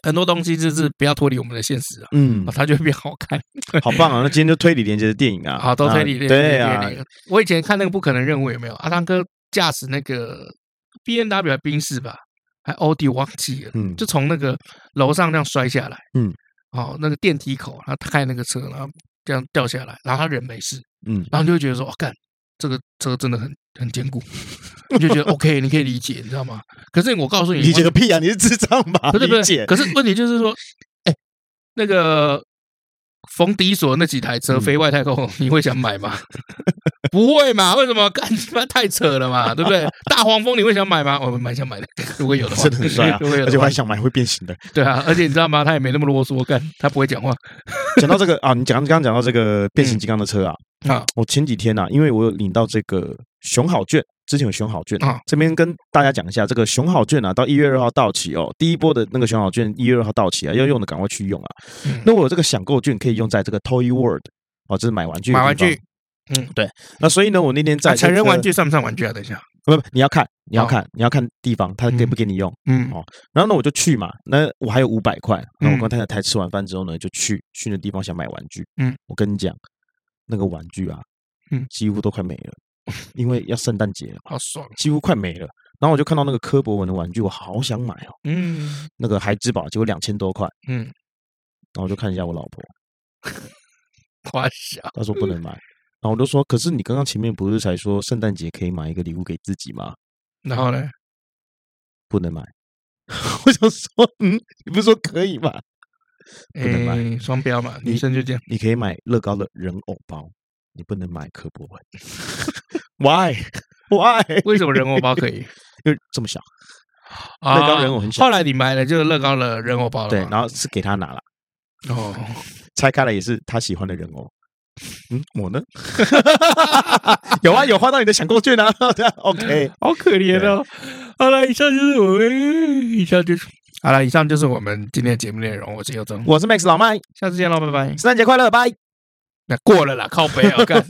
S1: 很多东西就是不要脱离我们的现实啊，
S2: 嗯
S1: 哦，它就会变好看。
S2: 好棒啊！那今天就推理连接的电影啊，
S1: [laughs] 好，都推理
S2: 啊
S1: 类，
S2: 对
S1: 啊
S2: 啊，。
S1: 我以前看那个《不可能任务》有没有？阿汤哥驾驶那个 B N W 还宾士吧，还奥迪忘记了，
S2: 嗯
S1: 就从那个楼上这样摔下来，
S2: 嗯，
S1: 哦，那个电梯口，他开那个车，然后这样掉下来，然后他人没事，
S2: 嗯，
S1: 然后你就会觉得说，哦，干，这个车真的很很坚固， [laughs] 你就觉得 OK，你可以理解，你知道吗？可是我告诉你，
S2: 理解个屁啊！你是智障吧？
S1: 不是不
S2: 理
S1: 是，
S2: 解，
S1: 可是问题就是说，哎，那个冯迪所那几台车
S2: 嗯
S1: 飞外太空， [laughs] 你会想买吗？不会嘛？为什么？干他妈太扯了嘛，对不对？大黄蜂你会想买吗？我蛮想买的， [laughs] 如果有的话，
S2: [laughs] 真的很帅啊
S1: 如果有
S2: 而
S1: 的
S2: 且我
S1: 话
S2: 还，想买会变形的。
S1: 对啊，而且你知道吗？他也没那么啰嗦，干他不会讲话
S2: 讲到这个啊，你讲刚刚讲到
S1: [laughs]
S2: 这个变
S1: 嗯
S2: 形金刚的车啊，
S1: 啊。
S2: 我前几天啊，因为我有领到这个熊好券，之前有熊好券
S1: 啊，
S2: 这边跟大家讲一下，这个熊好券啊，到一月二号到期哦，第一波的那个熊好券一月二号到期啊，要用的赶快去用啊。
S1: 嗯
S2: 那我有这个想购券可以用在这个 Toy World 哦，这是买玩具，
S1: 买玩具。，嗯，
S2: 那所以呢，我那天在
S1: 啊成人
S2: 这个
S1: 玩具算不算玩具啊？等一下，
S2: 不不，你要看，你要
S1: 好
S2: 看，你要看地方，他给不给你用。
S1: 嗯
S2: 哦然后呢，我就去嘛，那我还有五百块，那我
S1: 嗯
S2: 跟太太台吃完饭之后呢，就去去那地方想买玩具。
S1: 嗯，
S2: 我跟你讲，那个玩具啊，
S1: 嗯
S2: 几乎都快没了，因为要圣诞节了，
S1: 好爽，
S2: 几乎快没了。然后我就看到那个科博文的玩具，我好想买哦，
S1: 嗯
S2: 那个孩之宝，结果两千多块。
S1: 嗯，
S2: 然后我就看一下我老婆，
S1: [laughs] 夸小，
S2: 她说不能买，然后我就说，可是你刚刚前面不是才说圣诞节可以买一个礼物给自己吗？
S1: 然后呢？
S2: 不能买。 [laughs] 我想说，嗯，你不是说可以吗？嗯不能买
S1: 诶，双标嘛，
S2: 你
S1: 女生就这样。
S2: 你可以买乐高的人偶包，你不能买科博文。Why? [laughs] Why？
S1: 为什么人偶包可以？
S2: 因为这么小，
S1: 啊
S2: [laughs] 乐高人偶很小。
S1: 后来你买了就是乐高的人偶包了
S2: 对，
S1: 嘛，
S2: 然后是给他拿了，
S1: 哦，
S2: 拆开了也是他喜欢的人偶。嗯，我呢？ [laughs] 有啊，有花到你的抢购券啊。 [laughs] 对啊 OK，
S1: 好可怜哦。好了，以上就是我们，以上就是好了，以上就是我们今天的节目内容。我是尤征，
S2: 我是 Max 老麦， [laughs]
S1: 下次见喽，拜拜。
S2: 圣诞节快乐，拜。
S1: 那过了啦，靠背啊，干。